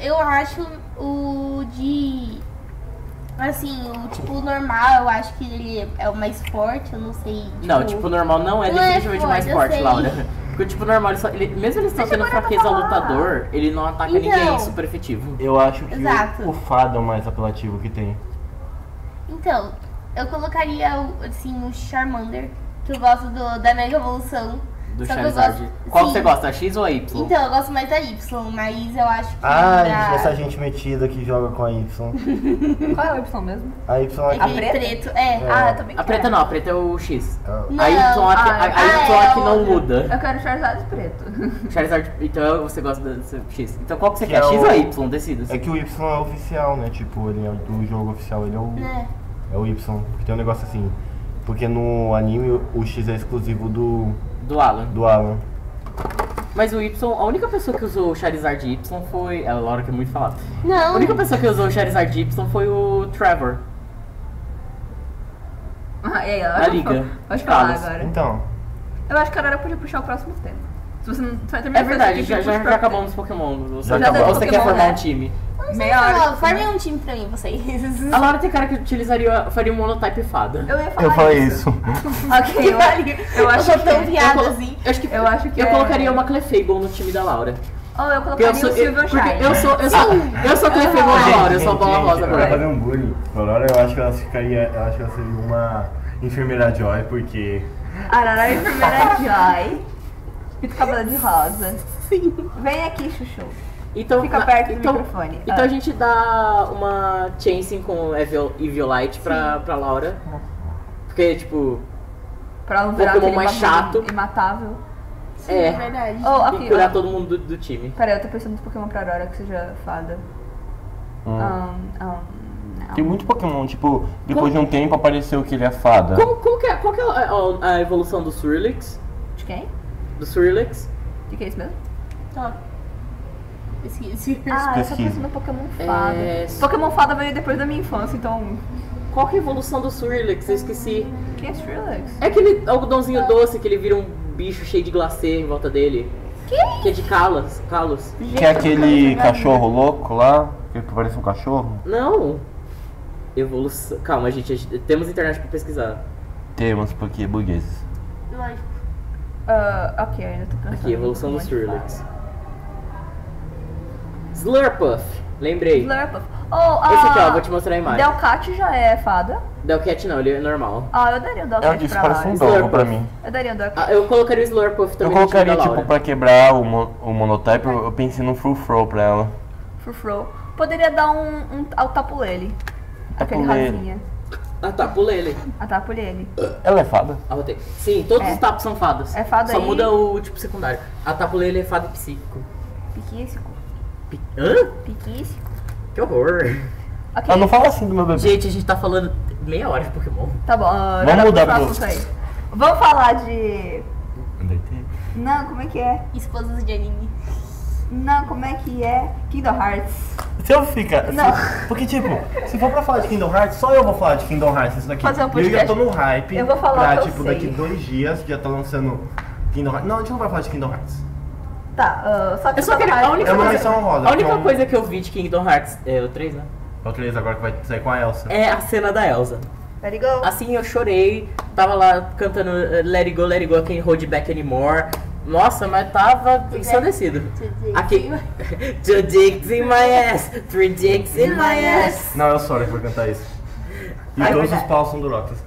eu acho o de. Assim, o tipo normal, eu acho que ele é o mais forte, eu não sei.
Não, tipo, normal não é
Não é
definitivamente
forte,
mais
eu
forte,
sei. tá
Laura. Porque o tipo normal, ele só, ele- mesmo ele só
Deixa
tendo
agora pra
fraqueza
falar.
lutador, ele não ataca
Então.
ninguém, é super efetivo.
Eu acho que
Exato.
o, o fado é o mais apelativo que tem.
Então, eu colocaria o, assim, o Charmander, que eu gosto do, da Mega Evolução.
Do
Só que eu
Charizard.
gosto-
Qual
sim.
você gosta, X ou Y?
Então, eu gosto mais da Y, mas eu acho que.
Ai,
a-
essa Ah, gente metida que joga com a Y.
Qual é o Y mesmo?
A Y é
aquele
A preta?
preto. É.
É.
Ah, eu também
a
quero.
preta não, a preta é o X.
que.
Não,
a Y, é que-
ah,
a, a
ah,
Y é que
é
não
outra.
muda.
Eu quero Charizard preto. (laughs)
Charizard, então você gosta do do X. Então qual que você
Que
quer,
é
X
o-
ou Y? Decida.
É que o Y é oficial, né? Tipo, ele é do jogo oficial, ele é o.
Né?
É o Y. Porque tem um negócio assim. Porque no anime o X é exclusivo do.
Do Alan.
do Alan.
Mas o Y, a única pessoa que usou o Charizard Y foi... É a Laura que é muito falada. A
Não.
única pessoa que usou o Charizard Y foi o Trevor.
Ah, e aí, ela
A
acho
liga.
Que... Pode falar
Falas.
agora.
Então.
Eu acho que a Arara podia puxar o próximo tema. Se você não. Você
É
vai terminar de fazer
verdade,
esse
já,
tipo de
já, já
programa.
acabamos os Pokémon. Você,
Já
acabou.
acabou.
Você quer
Pokémon,
formar
né?
um time.
Meia hora.
Não, formem um time pra mim, vocês.
A Laura tem cara que utilizaria, faria um monotype fada.
Eu ia falar
Eu falei
isso.
isso.
(laughs) Ok, eu, eu acho
sou
que
tão
é.
viada
colo-
assim.
eu acho que
Eu acho que
eu
é-
colocaria uma Clefable no time da Laura.
Oh, eu
Porque
colocaria
eu sou
o Silver
porque
Shine.
eu sou eu sou eu sou Clefable da Laura, eu sou a bola rosa
Agora
agora.
fazer um bullying. Agora eu acho que ela ficaria. Eu acho que ela seria uma enfermeira Joy, porque.
(laughs)
Arara é a primeira Joy. Pinto cabelo de rosa. Sim. Vem aqui, Chuchu.
Então
Fica
na-
perto do
então,
microfone.
Então
Ah.
a gente dá uma chancing com Evil, Eviolite pra, pra Laura. Porque tipo
Pra não virar
Pokémon
aquele
mais
bagulho
chato.
Imatável.
Sim,
É.
é verdade.
Oh,
e
aqui,
curar
ó.
todo mundo do, do time.
Pera aí, eu tô pensando nos Pokémon pra Aurora que seja fada.
Ah.
Ahn, ahn, não.
Tem muito Pokémon, tipo, depois de um tempo apareceu que ele é
Tá.
fada.
Como, como que é, qual que é a, a- a evolução do Swirlix?
De quem?
Do Swirlix?
De que é isso mesmo?
Ó. Esqueci.
Ah, eu só
Pesquisa.
penso no Pokémon Fada.
É,
Pokémon Fada veio depois da minha infância, então.
Qual que é a evolução do Swirlix? Eu esqueci.
Quem é Shrillex?
É aquele algodãozinho doce que ele vira um bicho cheio de glacê em volta dele. Que? Que é de calas, calos.
Que é aquele cachorro louco lá, que parece um cachorro.
Não. Evolução. Calma, gente. a gente- Temos internet pra pesquisar.
Temos porque burgueses.
Lógico.
Ah, ok, ainda tô pensando.
Aqui, evolução do
no Pokémon de
Swirlix. Slurpuff. Lembrei.
fada. Slurpuff. Oh, ah,
Esse aqui, ó. Vou te mostrar a imagem.
Delcat já é fada.
Delcat não, ele é normal.
Ah, eu daria o
Eu
Delcat
disse,
pra
parece um
Lara.
dogo pra mim.
Eu daria o Delcat.
Ah, eu colocaria o Slurpuff
Eu
também no time
colocaria,
da Laura.
tipo, pra quebrar o, mo o monotype, eu eu pensei num full throw pra ela.
Frufro. Poderia dar um, um ao Tapulele. Aquele
Tapulele.
rasinha.
Ah, tá. Pulei ele.
A Tapulele.
Ela é fada?
Arrotei. Sim, todos
É.
os tapos são fadas.
É fada
Só
aí.
muda o tipo secundário. A tapuleira é fada psíquico.
Piquíssico.
Pi- Hã?
Piquíssico.
Que
(laughs)
horror.
Ok,
Ela não fala assim do meu bebê.
Gente, a gente tá falando meia hora de Pokémon.
tá bom. ah,
Vamos
era
mudar
pro
pro-
assunto aí. Vamos falar de... Não, como é que é?
Esposas de anime.
Não, como é que é? Kingdom Hearts.
Então Se eu ficar.
Não.
se- porque, tipo,
Se for pra falar de Kingdom Hearts, só eu vou falar de Kingdom Hearts isso daqui.
Fazer um
E eu já
podcast.
tô no hype.
Eu vou falar o
pra,
que eu
tipo,
sei.
daqui dois dias já tá lançando Kingdom Hearts. Não, a gente não vai falar de Kingdom Hearts.
Tá, ah, só que
Eu só
Kingdom
queria.
Hearts-
A única,
É uma
coisa-
missão honrosa,
a única
porque é um-
coisa que eu vi de Kingdom Hearts. É o 3, né?
É o 3 agora que vai sair com a Elsa.
É a cena da Elsa.
Let it go.
Assim eu chorei, tava lá cantando eh, Let It Go, Let It Go, I Can't Hold It Back Anymore. Nossa, mas tava ensandecido. Aqui. (laughs) Two dicks in my ass, three dicks in my ass.
Não, eu sorry por cantar isso. E
Ai,
todos os
verdade.
paus são do Roxas.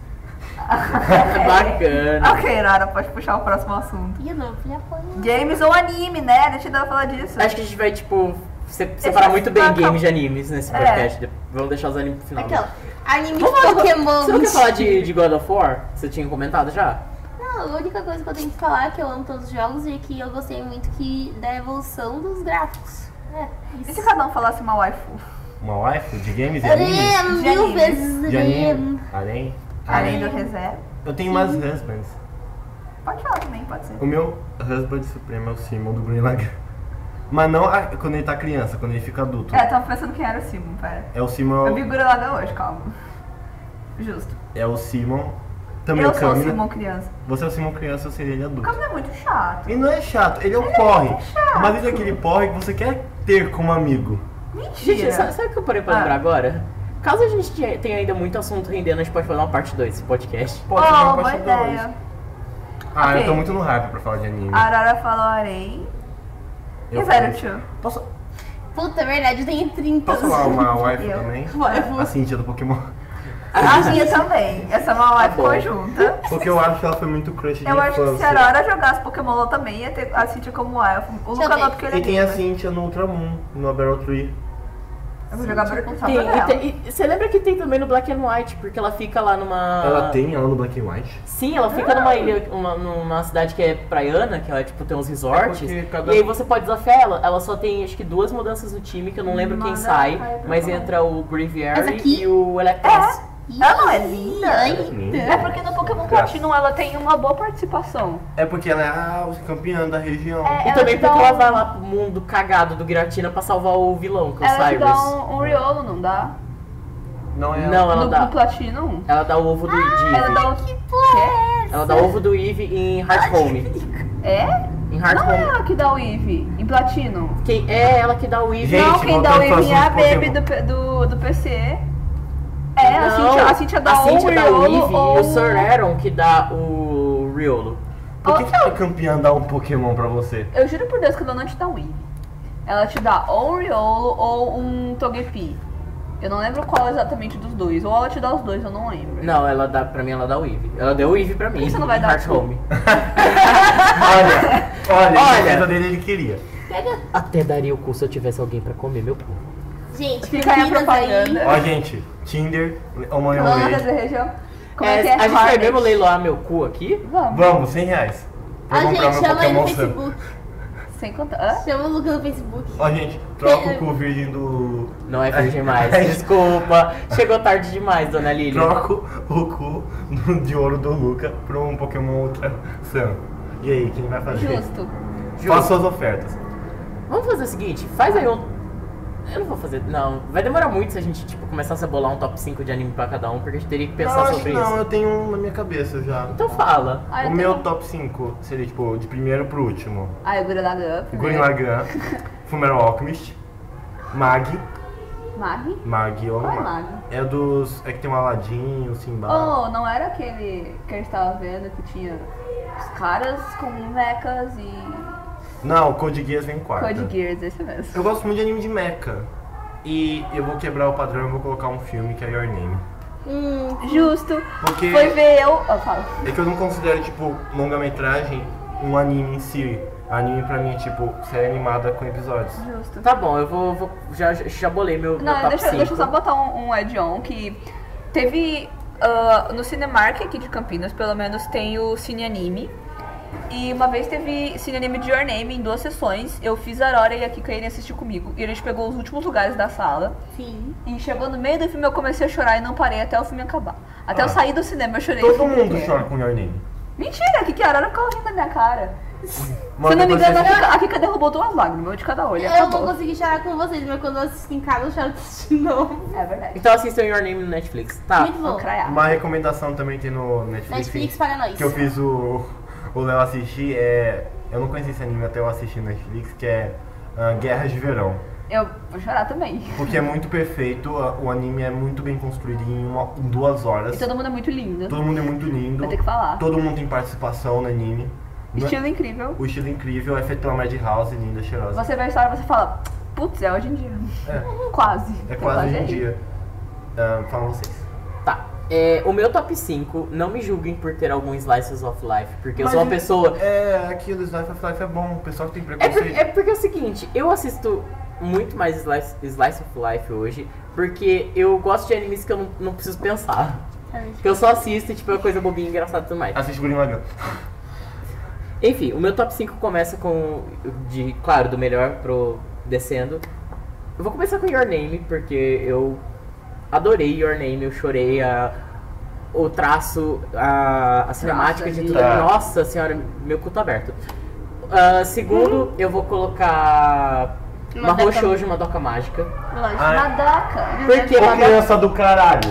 (laughs) Bacana.
Ok, Lara, pode puxar o próximo assunto.
E eu não fui apanhar.
Games ou anime, né? Deixa eu falar disso.
Acho que a gente vai, tipo, se- separar
vai
muito bem
ficar com-
games de animes nesse podcast. Vamos deixar os animes pro final.
Aquela. Anime de
Vamos falar-
Pokémon.
Você não quer falar de, de God of War? Você tinha comentado já?
Não, a única coisa que eu tenho que falar é que eu amo todos os jogos e que eu gostei muito que da evolução dos gráficos. É,
E
isso.
se cada um falasse uma waifu?
Uma wife de games e animes?
Arena,
De
mil
anime.
vezes
De anime?
arena.
Além?
Além do reserva.
Eu tenho mais husbands.
Pode falar também, pode ser.
O meu husband supremo é o Simon do Green Lagoon. Mas não a- quando ele tá criança, quando ele fica adulto.
É, tava pensando quem era o Simon, pera.
É o Simon.
Eu vi Gurelada hoje, calma. Justo.
É o Simon. Também
eu
o
sou o
Camino.
Simon criança.
Você é o Simon criança, eu seria ele
O
adulto.
Camino é muito chato.
E não é chato, ele é um porre. Mas ele é aquele porre que você quer ter como amigo.
Gente,
Mentira.
sabe, sabe o que eu parei pra
Ah.
lembrar agora? Caso a gente tenha- tenha ainda muito assunto rendendo, a gente pode fazer uma parte 2 desse podcast.
Pô, você é
oh,
não
boa
pode dar isso.
ideia.
Ah,
Ok. Ah,
eu tô muito no hype pra falar de anime.
A Arara falou Arém. E
Eu
Zero
posso-
Tio.
Posso,
Puta, é verdade, eu tenho 30.
posso falar uma wife
Eu.
também?
Waifu.
A Cintia do Pokémon.
(laughs) A minha também. Essa
Tá
é uma waifu
bom.
conjunta.
Porque eu acho que ela foi muito crush de
Eu acho que se a
infância.
Aurora jogasse Pokémon LOL também, ia ter a Cintia como elfo. O
Deixa eu
Luca
ver.
não, porque ele é
E tem assim a
gamer.
Cintia no Ultramoon, no Barrel Tree.
Eu vou jogar Barulho só pra
Tem- e
ela.
tem- e- você lembra que tem também no Black and White, porque ela fica lá numa.
Ela tem ela no Black and White.
Sim, ela fica numa ilha, uma- numa cidade que é praiana, que ela tipo tem uns resorts.
É porque cada-
E aí você pode desafiar ela. Ela só tem acho que duas mudanças no time, que eu não lembro quem
Manda-
sai,
Ai, eu
mas
não.
entra o
Essa
Braviary
aqui?
e o Electress.
Ela não é
então,
linda?
Ah,
Ainda.
É porque no Pokémon Platinum ela tem uma boa participação.
É porque ela é a campeã da região.
E
É,
também
te dá
porque ela
um-
vai lá pro mundo cagado do Giratina pra salvar o vilão, que é o
Ela te
Cyrus.
dá um, um Riolo, não dá?
Não é
Não, ela
no,
dá.
no Platinum?
Ela dá o ovo do Eve.
Ela dá um...
Que porra é essa?
Ela dá o ovo do Eve em Heart Home.
É?
Em Heart
Não é
Home.
ela que dá o Eve em Platinum.
Quem é ela que um dá o Eve.
Gente,
não, quem dá o
voltando pro
Eve é a
assunto
Baby
Pokémon.
do, P- do, do PC. É, a
Não,
Cintia, a Cintia dá
a
ou
Cynthia
o
dá o
Riolo
Eevee
ou...
e o Sir né? Aaron que dá o Riolo.
Por que, que a campeã dá um Pokémon pra
(laughs)
você?
Eu juro por Deus que ela não te dá um Eevee. Ela te dá ou um Riolo ou um Togepi. Eu não lembro qual exatamente dos dois. Ou ela te dá os dois, eu não lembro.
Não, ela dá pra mim, ela dá o Eve. Ela deu o Eve pra mim.
que você não vai
em
dar
Heart
o Eve?
Home.
Olha, olha,
Olha.
a defesa dele ele queria.
Pega.
Até daria o cu se eu tivesse alguém pra comer meu cu.
Gente,
Fica aí a
meninas aí.
propaganda.
Ó, gente, Tinder, Homem
Falando dessa
Homem.
região. Como é,
É,
que é?
a gente vai
Hardest.
mesmo leiloar meu cu aqui?
Vamos,
Vamos, 100 reais. Pra
Ah,
comprar
gente,
meu
chama ele no
Pokémon Sun.
Facebook.
sem contar. Hã?
Chama o Lucas no Facebook.
Ó, gente, troca
(laughs)
o cu virgem do.
Não é virgem (laughs) mais, desculpa. Chegou tarde demais, dona Lili.
Troca o cu (laughs) do- de ouro do Luca pra um Pokémon Ultra Sun. E aí, quem vai fazer?
Justo.
Faça suas ofertas.
Vamos fazer o seguinte, faz aí um... Eu não vou fazer, não. Vai demorar muito se a gente, tipo, começar a bolar um top 5 de anime pra cada um, porque a gente teria que
não,
pensar
acho
sobre
que não,
isso.
eu tenho um na minha cabeça já.
Então fala.
Ah, eu
o
tenho-
meu top 5 seria, tipo, de primeiro pro último.
Ah, eu Gurren Lagann.
Gurren
(laughs)
Lagann, Fumero Alchemist, Mag,
Mag?
Mag ou
Qual é
Ma-
Mag?
É dos... é que tem o Aladdin, o Simba.
Oh, não era aquele que a gente tava vendo que tinha os caras com mechas e
Não, Code Geass vem em quarto.
Code Gears, esse mesmo.
Eu gosto muito de anime de mecha. E eu vou quebrar o padrão e vou colocar um filme que é Your Name.
Hum,
Justo.
Porque
Foi ver eu. Oh, fala.
é que eu não considero, tipo, longa-metragem um anime em si. Anime pra mim é, tipo, série animada com episódios.
Justo.
Tá bom, eu vou... vou- já, já bolei meu, meu
Não,
top
deixa,
5.
deixa eu só botar um, um add-on que teve ah, no Cinemark aqui de Campinas, pelo menos, tem o Cine Anime. E uma vez teve Cine Anime de Your Name em duas sessões. Eu fiz a Aurora e a Kika irem assistir comigo. E a gente pegou os últimos lugares da sala.
sim.
E chegou no meio do filme eu comecei a chorar e não parei até o filme acabar. Até eu
Ah.
sair do cinema eu chorei. o
Todo
filme
mundo
inteiro.
chora com Your Name.
Mentira, a Kika e a Aurora ficavam um rindo na minha cara.
Mano,
Se eu não me
vocês-
engano, a Kika, a Kika derrubou duas lágrimas, uma de cada olho. e
Eu
Acabou.
não consegui chorar com vocês, mas quando eu assisto em casa eu choro de novo.
É verdade.
Então assistam Your Name no Netflix, tá?
Muito
Vou
bom.
craiar.
Uma recomendação também tem no Netflix.
Netflix paga nós.
Que eu fiz o o Léo assistir é. Eu não conheci esse anime até eu assistir no Netflix, que é ah, Guerras de Verão.
Eu vou chorar também.
Porque é muito perfeito, a- o anime é muito bem construído em, uma- em duas horas.
E todo mundo é muito lindo.
Todo mundo é muito lindo.
Vai ter que falar.
Todo mundo tem participação no anime. Não é-
Estilo incrível.
O estilo incrível é feito pela Mad House, linda, cheirosa.
Você vê a história e você fala, putz, é hoje em dia.
É.
Quase.
É
Tô
quase hoje em
aí.
dia. Ah, fala vocês.
Tá. É, o meu top 5, não me julguem por ter alguns slices of life, porque eu
Mas
sou uma
é-
pessoa.
É, aquilo, Slice of Life é bom, o pessoal que tem
É, por-
preconceito.
é porque é o seguinte, eu assisto muito mais slice, slice of life hoje, porque eu gosto de animes que eu não, não preciso pensar. Que eu só assisto e tipo, é coisa bobinha, engraçada e tudo mais.
Assiste Gurren Lagann.
Enfim, o meu top 5 começa com. De, claro, do melhor pro descendo. Eu vou começar com Your Name, porque eu adorei Your Name, eu chorei a, o traço, a, a cinemática de
ali.
tudo.
Tá.
Nossa é senhora, meu culto aberto. Ah, segundo, eu vou colocar. Uma
Madoka-
roxa hoje, uma doca mágica.
Lógico.
Ah,
Madaka.
Porque
Ô criança do caralho!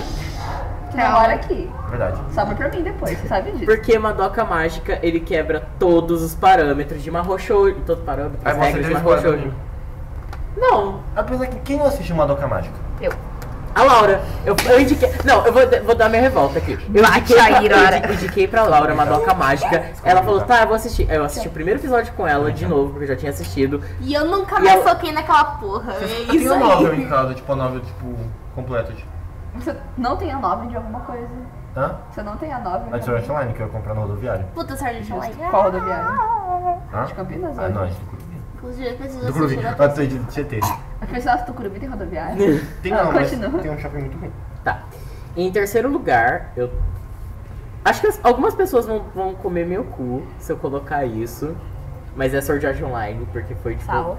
Na hora aqui.
Verdade.
Sobra pra mim depois, você sabe disso.
Porque Madoka Mágica, ele quebra todos os parâmetros de Mahoushoujo. Todos os parâmetros,
Aí
as
você
regras de
deu spoiler pra
Mahoushoujo.
mim.
Não,
Apesar que quem não assiste Madoka Mágica?
Eu.
A Laura, eu, eu indiquei. Não, eu vou, vou dar minha revolta aqui. Eu indiquei, pra, eu indi- indiquei pra Laura Madoka Mágica. Ela falou, tá, eu vou assistir. Aí Eu assisti o primeiro episódio com ela de novo, porque eu já tinha assistido.
E eu nunca
E
mais
eu-
soquei naquela porra. É
(laughs)
Eu
isso
tenho a novel
aí.
em casa, tipo, a novel, tipo, completa. Tipo.
Você não tem a nove de alguma coisa.
Hã?
Você não tem a nove.
A de Sword Art Online que eu ia comprar no rodoviário.
Puta sorte de
Justo.
falar.
Qual rodoviária?
Hã?
De Campinas?
Ah,
hoje?
não, é do Curubi.
Inclusive, eu preciso
Do Curubi,
assistir outra-
antes de Tietê.
As pessoas do Tucurubi tem rodoviária?
Tem
Ah,
não, mas
continua.
tem um shopping muito ruim.
Tá. Em terceiro lugar, eu. Acho que as- algumas pessoas vão, vão comer meu cu se eu colocar isso. Mas é Sword Art Online, porque foi tipo
Sal.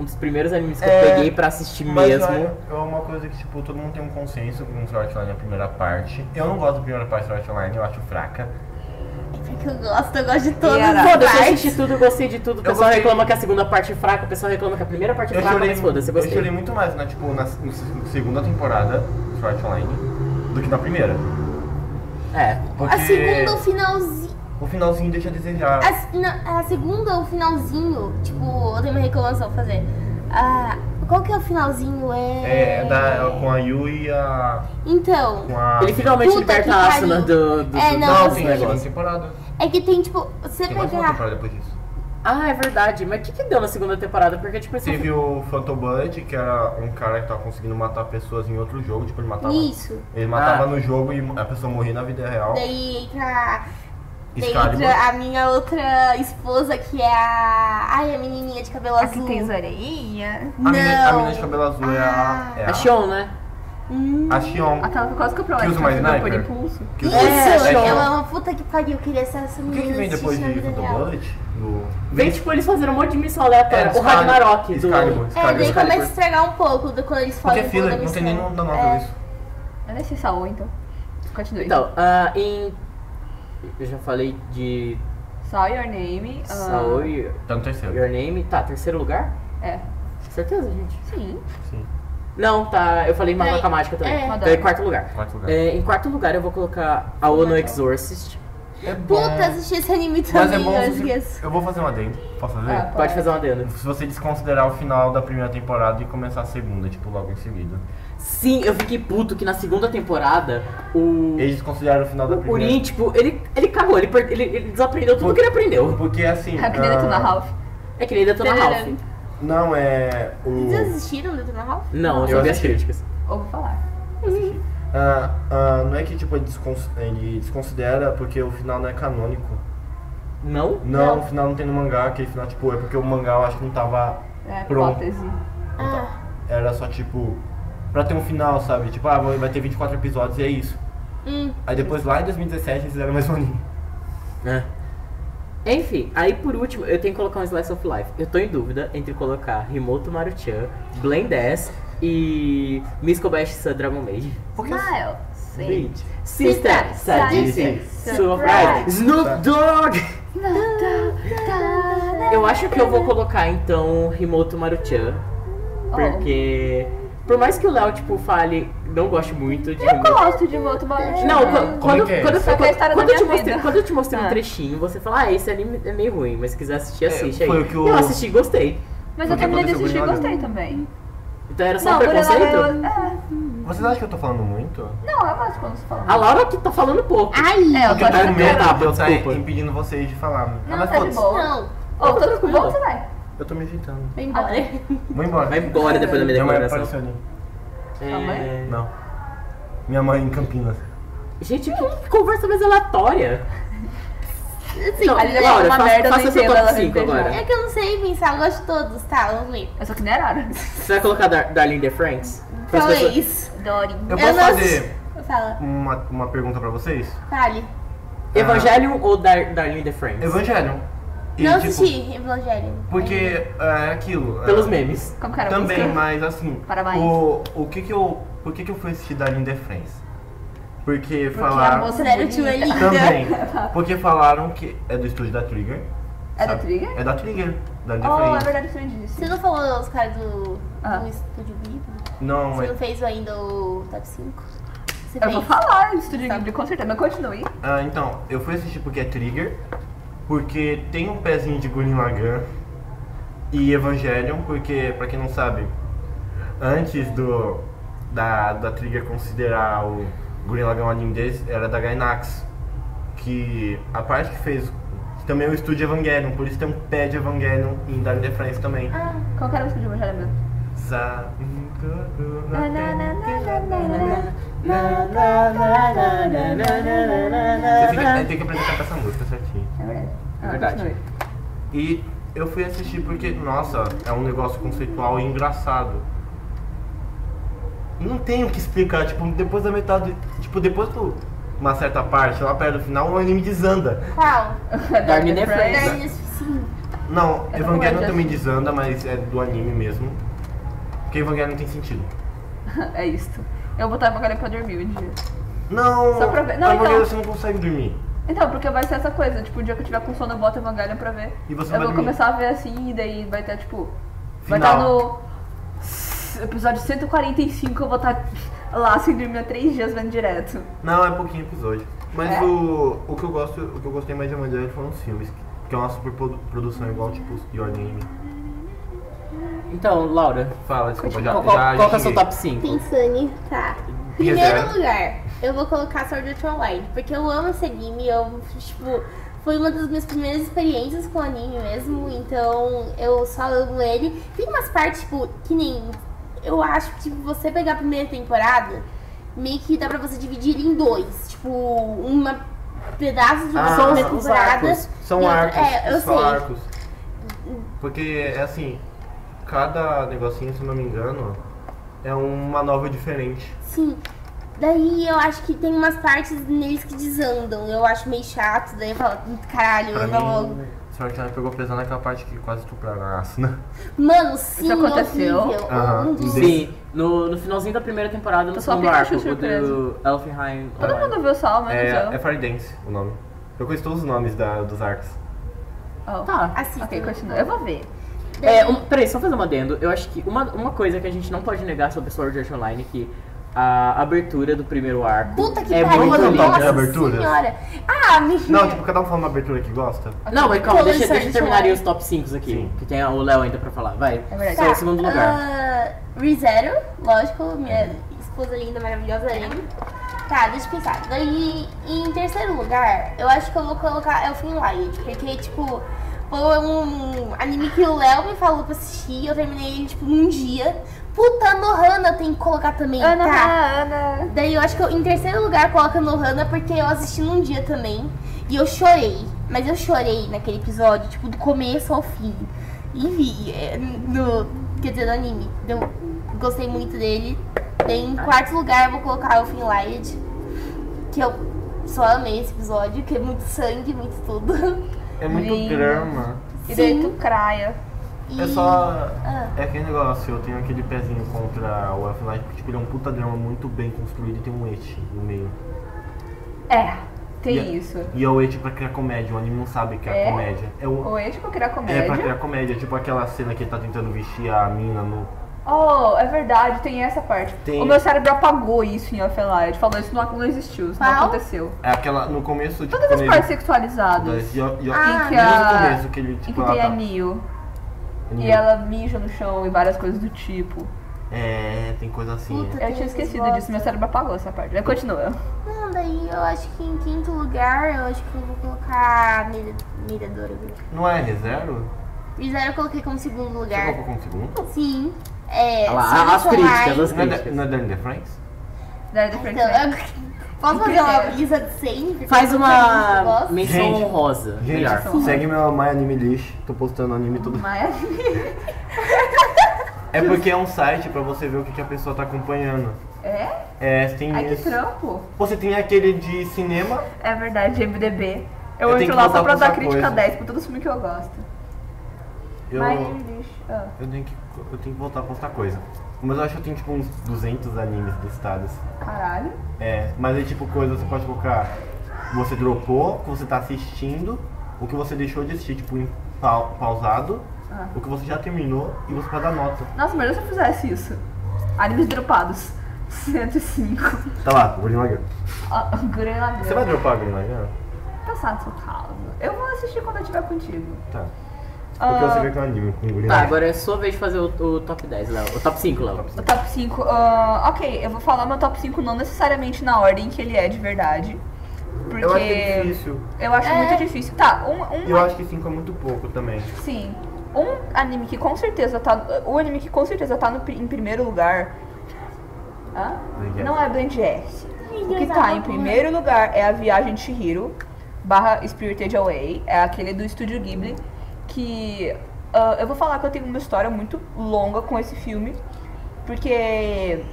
um dos primeiros animes que
É,
eu peguei pra assistir
Mas
mesmo.
olha, é uma coisa que, tipo, todo mundo tem um consenso com Sword Art Online a primeira parte. Eu não gosto da primeira parte de Sword Art Online, eu acho fraca. Ah.
É que eu gosto, eu gosto de todas
E era-
as
Foda-se, eu
partes.
assisti tudo, eu gostei de tudo. O
Eu
pessoal
gostei.
reclama que a segunda parte é fraca, o pessoal reclama que a primeira parte é
Eu
fraca,
chorei,
mas foda-se, eu
eu
gostei.
chorei muito mais, né, tipo, na, na segunda temporada de Sword Art Online do que na primeira.
É.
Porque Ah.
A segunda, o finalzinho.
o finalzinho deixa a desejar.
A, s- na- a segunda, o finalzinho. Tipo, eu tenho uma reclamação pra fazer. Ah, qual que é o finalzinho? É.
É, da, com a Yu e a.
Então.
Com a.
Ele finalmente
Puta que
liberta a Asuna
pariu.
do, do,
É,
do-
não,
do
Não,
sim,
tem a segunda
negócio.
temporada.
É que tem, tipo, você
Tem mais uma
pegar.
temporada depois disso.
Ah, é verdade. Mas o que, que deu na segunda temporada? Porque, tipo, esse
Teve o Phantom Bullet, que era um cara que tava conseguindo matar pessoas em outro jogo, tipo, ele matava.
Isso.
Ele matava
Ah.
no jogo e a pessoa morria na vida real.
Daí entra, daí
Excalibur.
entra a minha outra esposa, que é a. Ai, a menininha de cabelo
Aqui
azul.
tem zoreirinha.
A, menina, a menina de
Não.
cabelo azul é a.
Ah.
É
a Shion, né?
A Xion.
Aquela tá, que quase comprou
Que
ela
usa mais
por
sniper?
impulso.
Que
Isso!
usa-
É,
ela
é
é
que-
uma puta que pariu, eu queria ser essa
O
menina.
que, que vem depois de
assistir na vida
Little
real.
Bullet? Do...
Vem, tipo, eles fazendo um monte de missão
É,
aleatória. o
Excalibur.
Ragnarok. Do...
Excalibur.
É, daí
Excalibur.
começa a estragar um pouco do quando eles
Porque
falam
é filler, não tem nem na nota isso.
Ela é esse Saul, então. Continue.
Então, ah, em. Eu já falei de
Saul Your Name. ah,
Saul e
Tá no terceiro.
Your Name. Tá, terceiro lugar?
É.
Certeza, gente.
Sim.
Sim.
Não, tá. Eu falei Madoka
É,
Mágica também.
é.
Então, em quarto lugar.
Quarto lugar.
É, em quarto lugar eu vou colocar a Ono
Legal.
Exorcist.
É bom.
Puta, assisti esse anime
Mas é
também,
bom.
eu
se-
esqueço.
Eu vou fazer um adendo. Posso fazer?
Ah,
Pode fazer um uma adenda.
Se você desconsiderar o final da primeira temporada e começar a segunda, tipo, logo em seguida.
Sim, eu fiquei puto que na segunda temporada o.
Eles desconsideraram o final da
O
primeira.
Urim, tipo, ele, ele cagou, ele, per- ele, ele desaprendeu tudo
Por-
que ele aprendeu.
Porque assim.
A menina
é
ah,
que na Ralph.
É que nem Detona
Tadadã.
Ralph.
Não, é. O.
Vocês assistiram do Tuna Ralph?
Não, eu
Eu
só vi as
assisti.
críticas.
Ou vou falar.
Ah, ah, não é que tipo ele, descons- ele desconsidera porque o final não é canônico.
Não?
Não,
Não.
o final não tem no mangá, aquele final tipo é porque o mangá eu acho que não tava.
É,
Pronto.
hipótese.
Ah,
Era só tipo. Pra ter um final, sabe? Tipo, ah, vai vai ter 24 episódios e é isso.
hum.
Aí depois lá em 2017 eles fizeram mais um anime.
É. Enfim, aí por último, eu tenho que colocar um Slice of Life. Eu tô em dúvida entre colocar Rimoto Maruchan, Blend Ass e Miss Kobayashi San Dragon Maid.
Smile. Sim.
Gente, é Sister, Sadistic, Surprise, Snoop Dogg! Eu acho que eu vou colocar então Rimoto Maruchan,
Oh.
porque... Por mais que o Léo, tipo, fale, não gosto muito de
Eu
Rimoto
gosto de Moto Ballet.
Não,
eu
quando, quando,
que é
quando,
isso?
Só que é a história
quando
da
eu te
minha
mostrei,
vida.
quando eu te mostrei um
Ah.
trechinho, você fala, ah, esse anime é meio ruim, mas se quiser assistir, assiste aí.
foi o que o-
Eu assisti e gostei.
Mas
Porque
eu terminei de
aconteceu
assistir e
com o
gostei também.
Então era só
Não,
um
por ela
preconceito?
eu... é.
Vocês acham que eu tô falando muito?
Não, eu gosto quando você fala.
A Laura aqui tá falando pouco.
Ai,
É, eu tô
Porque eu tô com
achando que
medo
Tá,
de eu estar
desculpa.
impedindo vocês de falar. Ah,
Não,
mas
tá de
foda-se.
boa.
não.
Ô, oh, tô com bom, você vai. Ah, é?
Eu tô me irritando.
Vem embora.
Vou embora.
Vai embora depois da minha
Minha mãe
declaração.
apareceu ali.
É.
Sua mãe?
Não. Minha mãe em Campinas.
Gente, que, que conversa mais aleatória.
Assim,
A Lilian
Laura,
falou uma
faça-
merda, eu não
faça seu
entendo,
top
ela me
cinco
beijou.
agora.
é que eu não sei pensar, eu gosto de todos, tá? Vamos ver.
Eu sou que nem Arara.
Você vai colocar Dar Darling the Franks? Pras pessoas-
Talvez.
Dory.
Eu
Eu
posso
não-
fazer
Fala,
uma, uma pergunta pra vocês?
fale.
Evangelion ou Dar Darling the Franks?
Evangelho. E,
não
tipo,
assisti Evangelho.
Porque é aquilo. é,
Pelos memes.
Como que era a
Também,
música?
mas assim.
Parabéns.
O, o que que eu. Por que que eu fui assistir Darling in the Friends? Porque,
Porque a
falaram.
moça
Você era o tio
bonita.
ali.
(laughs)
Também. Porque falaram que é do estúdio da Trigger.
É da
sabe?
Trigger?
É da Trigger. Darling in the
Oh, é
Friends.
verdade, você disse.
Você não falou os caras do,
Ah.
do Estúdio Ghibli?
Não,
Você
é.
não fez ainda o top 5? Você
Eu
fez?
vou falar do Estúdio Ghibli, com certeza, mas continue.
Ah, então, eu fui assistir porque é Trigger, porque tem um pezinho de Gurren Lagann e Evangelion, porque, pra quem não sabe, antes do da, da Trigger considerar o Gurren Lagann um anime deles, era da Gainax, que a parte que fez também é o estúdio Evangelion, por isso tem um pé de Evangelion em Dark the France também.
Qual que era a música de Evangelho mesmo?
Sa-
Na, na, na, na, na, na, na.
Você tem que- tem que aprender a cantar essa música certinho.
É verdade. Ah,
É verdade.
(laughs) continue.
E eu fui assistir porque, nossa, é um negócio conceitual e engraçado. Não tem o que explicar, tipo, depois da metade. Tipo, depois de uma certa parte, lá perto do final, o anime desanda.
Qual?
Darling in the Franxx.
Darling sim.
Não,
Eu não
Evangelion
gosto.
também desanda, mas é do anime mesmo. Porque Evangelion tem sentido.
É isso. Eu vou botar Evangelho pra dormir um dia.
Não,
Só pra ver- não,
Evangelion
então-
você não consegue dormir.
Então, porque vai ser essa coisa, tipo, o dia que eu tiver com sono eu boto Evangelho pra ver.
E você
eu
vai
vou
dormir.
começar a ver assim, e daí vai estar, tipo. Vai estar
Final.
no. Episódio 145, eu vou estar lá sem dormir há três dias vendo direto.
Não, é pouquinho episódio. Mas
É?
o, o que eu gosto, o que eu gostei mais de Evangelion foram os filmes, que é uma super produção igual, tipo, Your Name.
Então, Laura,
Fala, desculpa, já,
qual, qual,
já
qual que é o seu
xinguei.
top 5?
Pensando, tá.
Reserva.
Primeiro lugar, eu vou colocar Sword Art Online, porque eu amo esse anime, eu, tipo, foi uma das minhas primeiras experiências com anime mesmo, então eu só amo ele. Tem umas partes, tipo, que nem, eu acho que, tipo, você pegar a primeira temporada, meio que dá pra você dividir em dois, tipo, uma pedaço de uma
Ah,
primeira
os
temporada.
arcos. São
e outra-
arcos.
É, eu
são
sei.
arcos. Porque é assim, cada negocinho, se não me engano, É uma nova diferente.
Sim. Daí eu acho que tem umas partes neles que desandam. Eu acho meio chato. Daí eu falo, "Hum, caralho,
Pra
anda É logo.
mim, sorte que ela pegou pesado naquela parte que quase estupraram a Asuna.
Mano, sim, é
aconteceu?
horrível.
Aham.
Um dos-
Sim, no, no finalzinho da primeira temporada, no
Tô só
segundo arco,
Pikachu
o do
surpresa.
Elfenheim.
Todo
Online.
mundo viu só, menos eu.
É, é Faridance o nome. Eu conheço todos os nomes da, dos arcos.
Oh.
Tá.
Assistam.
Ok, continua. Eu vou ver.
É, um, peraí, só fazer um adendo. Eu acho que uma, uma coisa que a gente não pode negar sobre Sword Art Online é que a abertura do primeiro arco
Puta que
é
pariu.
muito
Vamos fazer um top
linda.
de aberturas?
senhora. Ah, menina.
Não, tipo, cada um fala uma abertura que gosta.
Não, mas calma,
Pulando
deixa,
Sword
deixa eu terminar
Art
aí
Online.
os top 5 aqui.
Sim.
Que tem o Léo ainda pra falar. Vai.
É verdade.
Seu tá segundo lugar.
Ah, ReZero, lógico, minha esposa linda, maravilhosa linda. Tá, deixa eu pensar. Daí, em terceiro lugar, eu acho que eu vou colocar Elfen Light, porque, tipo, foi um anime que o Léo me falou pra assistir, eu terminei ele, tipo, num dia. Puta, Nohana tem que colocar também,
Ana,
tá?
Ana.
Daí eu acho que eu, em terceiro lugar coloca Nohana porque eu assisti num dia também e eu chorei. Mas eu chorei naquele episódio, tipo, do começo ao fim. E vi, é, no, quer dizer, no anime. Eu gostei muito dele. Daí em quarto lugar eu vou colocar o Finlight, que eu só amei esse episódio, que é muito sangue, muito tudo.
É muito
Lindo.
drama.
E daí
Sim.
tu craia.
E,
É só.
Ah.
É aquele negócio, eu tenho aquele pezinho contra o Elf Light, porque tipo, ele é um puta drama muito bem construído e tem um et no meio.
É, tem
Yeah.
isso.
E é o et pra criar comédia, o anime não sabe criar
É?
comédia. É, o,
O eixo pra criar
é pra
comédia.
criar comédia, tipo aquela cena que ele tá tentando vestir a mina no.
oh, é verdade, tem essa parte.
Tem.
O meu cérebro apagou isso em Offline. Falou, isso não, não existiu, isso não
Qual?
aconteceu.
É aquela. No começo, tipo.
Todas as
quando
partes
ele-
sexualizadas.
das- e, e,
Ah,
em que
desde o
a.
começo que ele,
Em
tipo,
que
ela
tem a
tá-
Neo. E
Neo.
ela mija no chão e várias coisas do tipo.
É, tem coisa assim.
Puta.
é.
Eu tinha esquecido disso, meu cérebro apagou essa parte. Mas Continua.
Não, daí eu acho que em quinto lugar eu acho que eu vou colocar Mira- Miradora.
Não é reserva?
ReZero eu coloquei como segundo
Você
lugar.
colocou como segundo?
Sim. É,
Olha lá,
Sword
as
Art
críticas,
Online.
as
Não é, da,
críticas.
não é da Linda Franks?
Daí da
Então,
frente. né?
eu- (laughs) posso fazer uma brisa de 100? Porque
Faz
eu
uma
gosto.
menção
Gente,
honrosa. Melhor.
segue meu My Anime List, tô postando anime todo
Mas.
(laughs)
(laughs)
É porque é um site pra você ver o que, que a pessoa tá acompanhando.
É?
É, tem
Ai, que
isso.
trampo.
Você tem aquele de cinema,
É verdade, MDB.
Eu
Eu,
tenho que
entro lá
voltar
só pra
pra
dar
essa
crítica
coisa.
10 pra todo filme que eu gosto.
eu,
Mas, lixo. Ah.
eu, tenho que, eu tenho que voltar pra outra coisa. Mas eu acho que eu tenho tipo uns 200 animes listados.
Caralho.
É, mas é tipo coisa, você pode colocar você dropou, o que você tá assistindo, o que você deixou de assistir, tipo, em pau- pausado,
Ah.
o que você já terminou e você pode dar nota.
Nossa, mas se eu fizesse isso. Animes dropados. 105.
Tá lá, Green Lagan.
Ó, Gurren Lagann.
Você vai dropar Green Lagan?
Passar na sua casa. Eu vou assistir quando eu estiver contigo.
Tá.
Ah.
Porque você vê que é um anime com Green
Tá,
Lagan.
agora é sua vez de fazer o, o top 10, Léo. O top 5, Léo.
O top 5. ok, eu vou falar meu top 5 não necessariamente na ordem que ele é de verdade. Porque
Eu acho que é difícil.
eu acho
É.
muito difícil. Tá, um, um
E eu acho que 5 é muito pouco também.
Sim. Um anime que com certeza tá. O anime que com certeza tá no pri- em primeiro lugar. Hã?
Blind Yes.
Não é Blind Yes. O que tá em primeiro lugar é a Viagem de Shihiro barra Spirited Away. É aquele do estúdio Ghibli. Que ah, eu vou falar que eu tenho uma história muito longa com esse filme. Porque.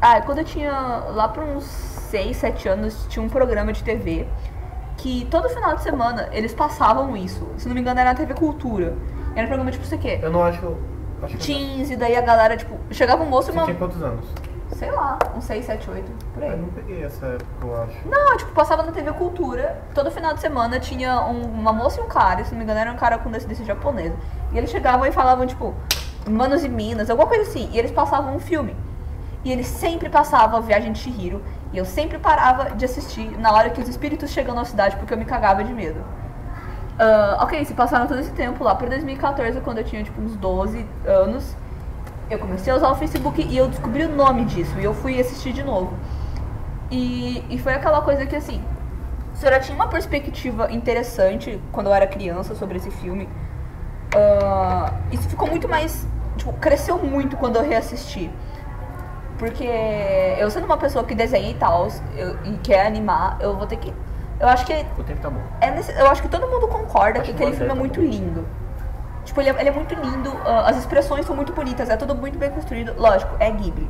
Ah, quando eu tinha lá pra uns 6, 7 anos, tinha um programa de TV que todo final de semana eles passavam isso. Se não me engano, era na TV Cultura. Era um programa tipo, sei o quê?
Eu não acho. acho que
Teens, e daí a galera, tipo, chegava um moço e
Você
uma.
tinha quantos anos?
Sei lá, uns 6, 7, 8, por
Eu
aí.
não peguei essa época, eu acho.
Não, tipo, passava na TV Cultura. Todo final de semana tinha um- uma moça e um cara, se não me engano, era um cara com descendência japonesa. E eles chegavam e falavam, tipo, Manos e Minas, alguma coisa assim. E eles passavam um filme. E eles sempre passavam a Viagem de Chihiro. E eu sempre parava de assistir na hora que os espíritos chegam na cidade, porque eu me cagava de medo. Ah, ok, se passaram todo esse tempo lá pra 2014, quando eu tinha tipo uns 12 anos, eu comecei a usar o Facebook e eu descobri o nome disso e eu fui assistir de novo. E, e foi aquela coisa que assim, se eu já tinha uma perspectiva interessante quando eu era criança sobre esse filme, ah, isso ficou muito mais. Tipo, cresceu muito quando eu reassisti. Porque eu sendo uma pessoa que desenha e tal, eu- e quer animar, eu vou ter que. Eu acho que
O tempo tá bom.
é nece- eu acho que todo mundo concorda
Acho
que aquele
uma
filme
ideia
é muito lindo. Tipo, ele é, ele é muito lindo, ah, as expressões são muito bonitas, é tudo muito bem construído. Lógico, é Ghibli.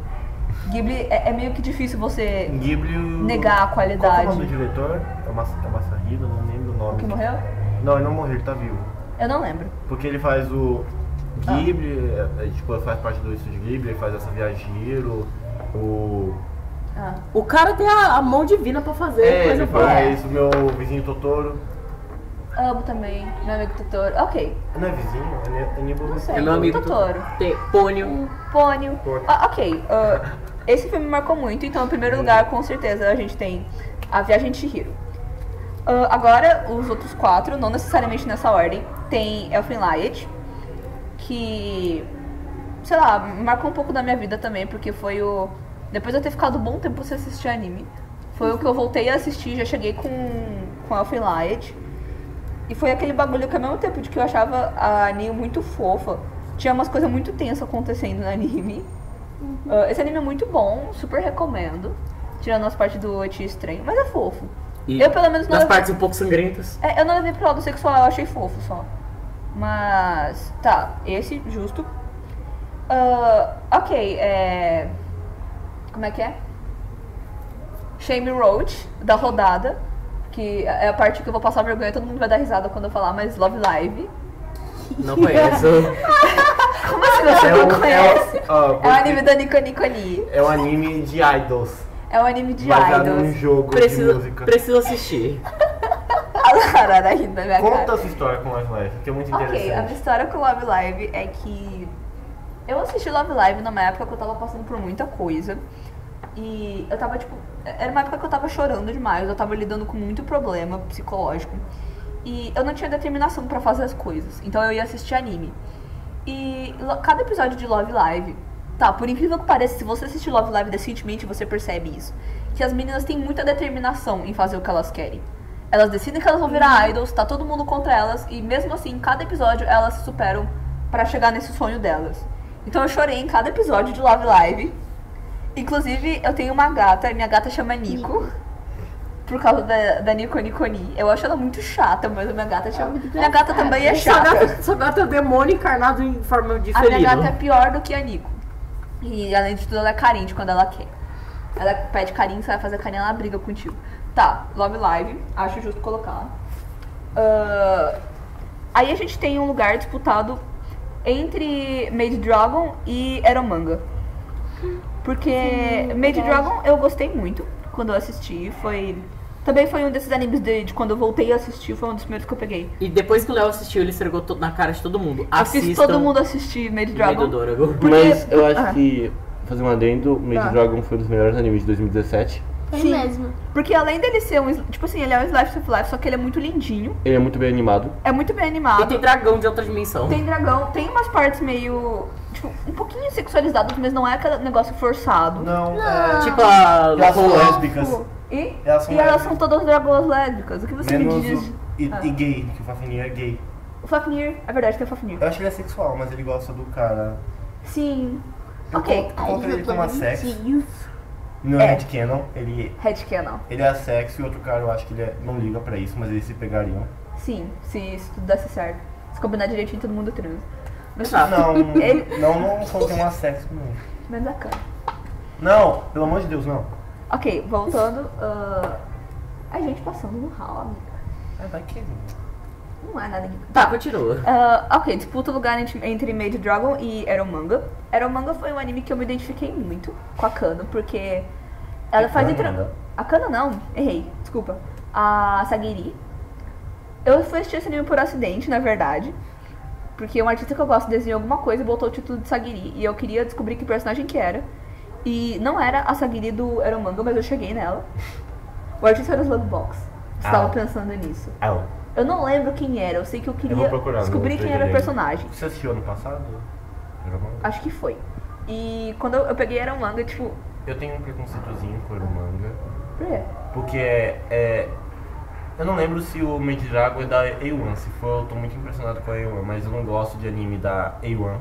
Ghibli é, é meio que difícil você
Ghibli. o-
negar a
Qual que é o
qualidade.
nome do diretor? É o Mas- é o Masahiro, não lembro o
O
nome.
que morreu?
Não, ele não morreu, ele tá vivo.
Eu não lembro.
Porque ele faz o
Ah.
Ghibli, é, é, tipo, faz parte do estúdio Ghibli, ele faz essa viajeiro, o...
Ah.
O cara tem a, a mão divina pra fazer
É,
coisa
ele
boa.
faz o meu vizinho Totoro.
Amo também, meu amigo Totoro. Ok,
Não é vizinho, é ne- é Nibo.
não sei.
É meu amigo
Totoro.
Tem Pônio.
O Pônio.
Pônio.
Ah, ok, ah, esse filme marcou muito, então em primeiro lugar, com certeza, a gente tem A Viagem de Chihiro. Ah, agora, os outros quatro, não necessariamente nessa ordem, tem Elfin Lied, que, sei lá, marcou um pouco da minha vida também, porque foi o... Depois de eu ter ficado um bom tempo sem assistir anime, foi o que eu voltei a assistir, já cheguei com, com Elfin Lied. E foi aquele bagulho que ao mesmo tempo de que eu achava a anime muito fofa, tinha umas coisas muito tensas acontecendo no anime. Ah, esse anime é muito bom, super recomendo. Tirando as partes do Oti estranho, mas é fofo.
E
Eu, pelo menos, não
Nas
levei-
partes um pouco
(laughs)
sangrentas.
É, eu não levei pro lado sexual, eu achei fofo só. Mas. Tá, esse, justo. Ah, ok, é. Como é que é? Shame Road, da rodada. Que é a parte que eu vou passar vergonha e todo mundo vai dar risada quando eu falar, mas Love Live.
Não conheço.
Como assim você
É
não
um- é
conhece?
um- ah,
É o
porque-
anime da Nico Nico ali.
É um anime de idols,
É um anime de
baseado num
(laughs) idols.
jogo de
Preciso,
música.
preciso assistir.
A Lara da tá rindo da minha cara.
Conta essa história com Live Life, que é muito
Ok, a minha
interessante.
história com Love Live é que eu assisti Love Live numa época que eu tava passando por muita coisa. E eu tava, tipo, era uma época que eu tava chorando demais, eu tava lidando com muito problema psicológico. E eu não tinha determinação pra fazer as coisas, então eu ia assistir anime. E lo- cada episódio de Love Live, tá, por incrível que pareça, se você assistir Love Live decentemente, você percebe isso. Que as meninas têm muita determinação em fazer o que elas querem. Elas decidem que elas vão virar idols, tá todo mundo contra elas, e mesmo assim, em cada episódio, elas se superam pra chegar nesse sonho delas. Então eu chorei em cada episódio de Love Live. Inclusive, eu tenho uma gata, e minha gata chama Nico. Por causa da, da Nico Niconi. Eu acho ela muito chata, mas a minha gata chama.
muito
Minha gata
engraçada.
também é
Só
chata.
gata, só gata é o demônio encarnado em forma de
A minha gata é
felino.
pior do que a Nico. E além de tudo, ela é carente quando ela quer. Ela pede carinho, você vai fazer carinho, ela briga contigo. Tá, Love Live, acho justo colocar. Ah, aí a gente tem um lugar disputado entre Maid Dragon e Eromanga. Porque Maid Dragon eu gostei muito quando eu assisti. Foi. Também foi um desses animes de, de quando eu voltei a assistir, foi um dos primeiros que eu peguei.
E depois que o Léo assistiu, ele estragou to- na cara de todo mundo.
Eu fiz
Assistam
todo mundo assistir Maid
Medo
Dragon.
do Dragon.
Mas eu
Ah.
acho que, fazer um adendo, Made
Tá.
Dragon foi um dos melhores animes de 2017.
Foi
Sim.
mesmo.
Porque além dele ser um. sl- Tipo assim, ele é um slice of life, só que ele é muito lindinho.
Ele é muito bem animado.
É muito bem
E
animado.
tem dragão de outra dimensão.
Tem dragão, tem umas partes meio. Tipo, um pouquinho sexualizadas, mas não é aquele negócio forçado.
Não, é...
Tipo a
Tá
Elas são
Lua.
lésbicas,
E,
Elas são
e elas
lésbicas.
são todas dragoas lésbicas. O que você me
menos
diz? Ah.
o... E, e gay, que o Fafnir é gay.
O Fafnir, é verdade que é o Fafnir.
Eu acho que ele é sexual, mas ele gosta do cara.
Sim.
Eu
Ok.
con- contra ele como assex,
Isso.
no
É.
é. Canon, ele,
Red Canal.
ele é assex e o outro cara eu acho que ele é- não liga pra isso, mas eles se pegariam.
Sim, se isso tudo desse certo. Se combinar direitinho, todo mundo transa. Mas
Ah.
(laughs)
Não,
Ele-
não, não são tem um assex não.
menos a cana.
Não, pelo amor de Deus, não.
Ok, voltando. ah, a gente passando no hall, amiga.
É, vai que...
Não é nada que
Tá, continua.
Ah, ok, disputa o lugar entre, entre Maid Dragon e Eromanga. Eromanga foi um anime que eu me identifiquei muito com a Kano, porque ela
É
faz
Kano,
intro...
né?
A Kano não, errei, desculpa. A Sagiri. Eu fui assistir esse anime por acidente, na verdade. Porque um artista que eu gosto desenhou alguma coisa e botou o título de Sagiri. E eu queria descobrir que personagem que era. E não era a Sagiri do Eromanga, mas eu cheguei nela. O artista era o Slugbox. Estava
Ah.
pensando nisso.
Ah, ó.
Eu não lembro quem era, eu sei que eu queria
vou procurar no
descobrir quem
Twitter
era o
dele.
personagem.
você assistiu ano passado? Eromanga?
Acho que foi. E quando eu, eu peguei era um manga, tipo,
Eu tenho um preconceitozinho com Eromanga,
por quê?
porque é... é- Eu não lembro se o Made Dragon é da A1, se for eu tô muito impressionado com a A1, mas eu não gosto de anime da A1.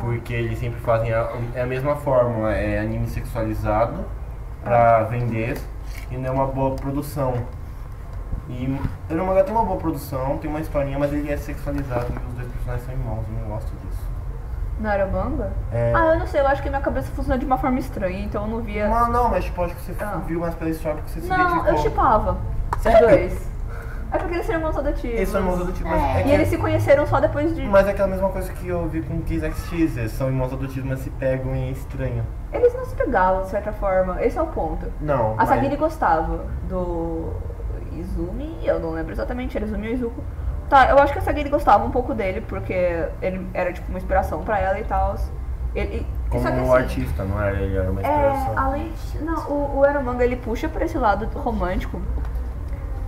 Porque eles sempre fazem a, é a mesma fórmula, é anime sexualizado pra vender e não é uma boa produção. E Eromanga tem uma boa produção, tem uma historinha, mas ele é sexualizado e os dois personagens são irmãos, eu não gosto disso.
Não era bamba?
É.
Ah, eu não sei, eu acho que minha cabeça funciona de uma forma estranha, então eu não via.
Não, não, mas tipo, acho que você
Ah.
viu mais pela história porque você se
Não, eu
identificou.
chipava. Os
Sério?
dois. É porque eles são irmãos adotivos.
Eles são irmãos adotivos, mas é,
E
que
eles se conheceram só depois de.
Mas é aquela mesma coisa que eu vi com Kiss X X, eles são irmãos adotivos, mas se pegam em estranho.
Eles não se pegavam, de certa forma. Esse é o ponto.
Não,
A
mas-
Sagiri gostava do Izumi, eu não lembro exatamente, era Izumi ou Izuku. Tá, eu acho que a Sagiri gostava um pouco dele, porque ele era tipo uma inspiração pra ela e tal. Ele...
Como
só que,
um
assim,
artista, não era ele, era uma
É,
inspiração.
além de, não, o, o Eromanga ele puxa pra esse lado romântico,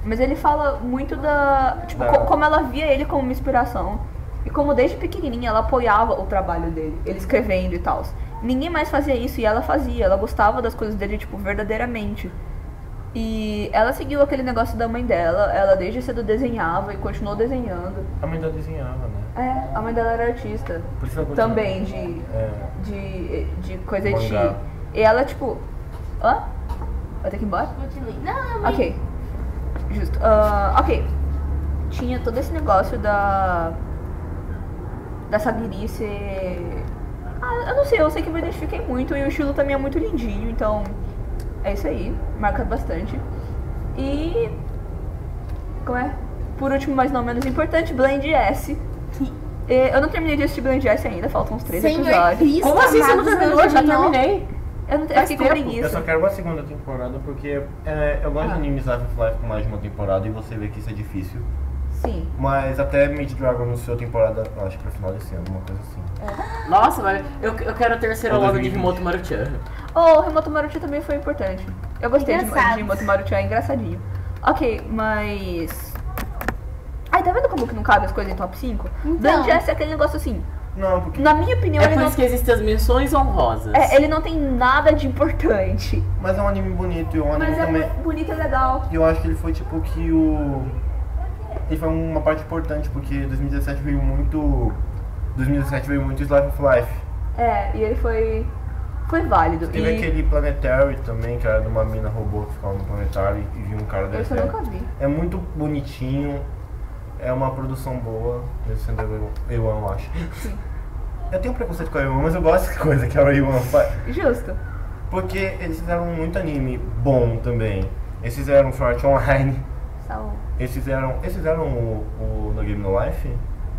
mas ele fala muito da, tipo,
Da-
co- como ela via ele como uma inspiração e como desde pequenininha ela apoiava o trabalho dele, ele escrevendo e tal. Ninguém mais fazia isso e ela fazia, ela gostava das coisas dele tipo verdadeiramente. E ela seguiu aquele negócio da mãe dela, ela desde cedo desenhava e continuou desenhando.
A mãe dela desenhava, né?
É, a mãe dela era artista
Por isso ela continua.
também de
É.
de, de coisa de.
Mangá.
E ela, tipo. Hã? Vai ter que ir embora?
Continue. Não, mas...
Ok. Justo. Ah, ok. Tinha todo esse negócio da. Da Sabiri ser. Ah, eu não sei, eu sei que eu me identifiquei muito e o estilo também é muito lindinho, então. É isso aí. Marca bastante. E. Como é? Por último, mas não menos importante, Blend S. E Eu não terminei de assistir Blend S ainda, faltam uns três
Senhor
episódios.
Cristo,
Como assim você não
amado,
terminou? Eu já
Senhor, não.
terminei.
Eu não eu
Faz
fiquei com
tempo.
Eu só
preguiça.
quero uma segunda temporada porque é, eu
Ah.
gosto de animes Life of Life com mais de uma temporada e você vê que isso é difícil.
Sim.
Mas até Mid Dragon anunciou a temporada, eu acho que pro final desse ano, uma coisa assim.
Nossa, mas eu, eu quero a terceira
Ou
logo de
2020.
Rimoto Maruchan.
Oh, o Remoto Maruti também foi importante. Eu gostei de, de
Engraçado.
Remoto Maruti, é engraçadinho. Ok, mas. Ai, tá vendo como que não cabe as coisas em top 5?
Então.
Dan Jess é aquele negócio assim.
Não, porque.
Na minha opinião,
É
ele,
por
não,
isso que existem as menções honrosas.
é, ele não tem nada de importante.
Mas é um anime bonito e um anime
Mas é
também.
bu- bonito e legal.
E eu acho que ele foi tipo que o. Ele foi uma parte importante, porque 2017 veio muito. 2017 veio muito Slice of Life.
É, e ele foi. Foi válido.
Teve
E
aquele Planetary também, que era de uma mina robô que ficava no Planetary e viu um cara
Esse
desse.
eu nunca vi.
É muito bonitinho, é uma produção boa, deve ser da Ewan, Ewan, eu acho. (laughs) Eu tenho preconceito com a Ewan, mas eu gosto de coisa que é a Ewan faz.
Justo.
Porque eles fizeram muito anime bom também. Eles fizeram Fortnite Online,
Saul,
eles fizeram. Eles fizeram o, o No Game No Life?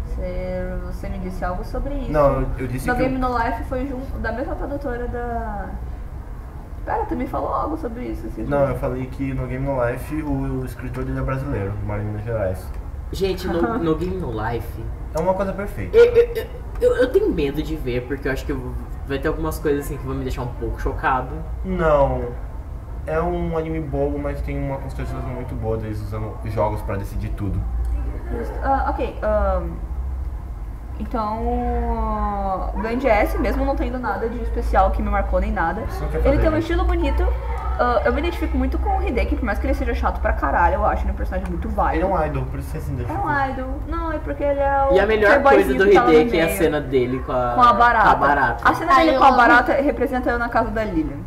você, você me disse algo sobre isso.
Não, eu, eu disse
No
que.
Game No Life foi junto da mesma produtora da. Pera, tu me falou algo sobre isso? Assim,
eu, não, eu falei que no Game No Life o, escritor dele é brasileiro, mora em Minas Gerais.
Gente, no, no Game No Life,
É uma coisa perfeita.
eu, eu- eu- eu- eu tenho medo de ver, porque eu acho que eu vou- vai ter algumas coisas assim que vão me deixar um pouco chocado.
Não. É um anime bobo, mas tem uma construção muito boa deles usando jogos pra decidir tudo.
Justo. Ah, ok. ahn, então. ah, Blind S, mesmo não tendo nada de especial que me marcou nem nada.
Isso não quer
Ele
fazer,
tem um
né?
estilo bonito. ah, eu me identifico muito com o Hideki, por mais que ele seja chato pra caralho, eu acho ele um personagem muito
Ele é
válido.
um idol, por isso você se
É
identificou.
um idol. Não, é porque ele é o.
E a melhor coisa
playboyzinho
do
que tá lá no
Hideki é a
meio.
cena dele com a,
com a barata.
com a barata.
A cena dele
Ai,
com a
eu amo.
barata representa eu na casa da Lilian.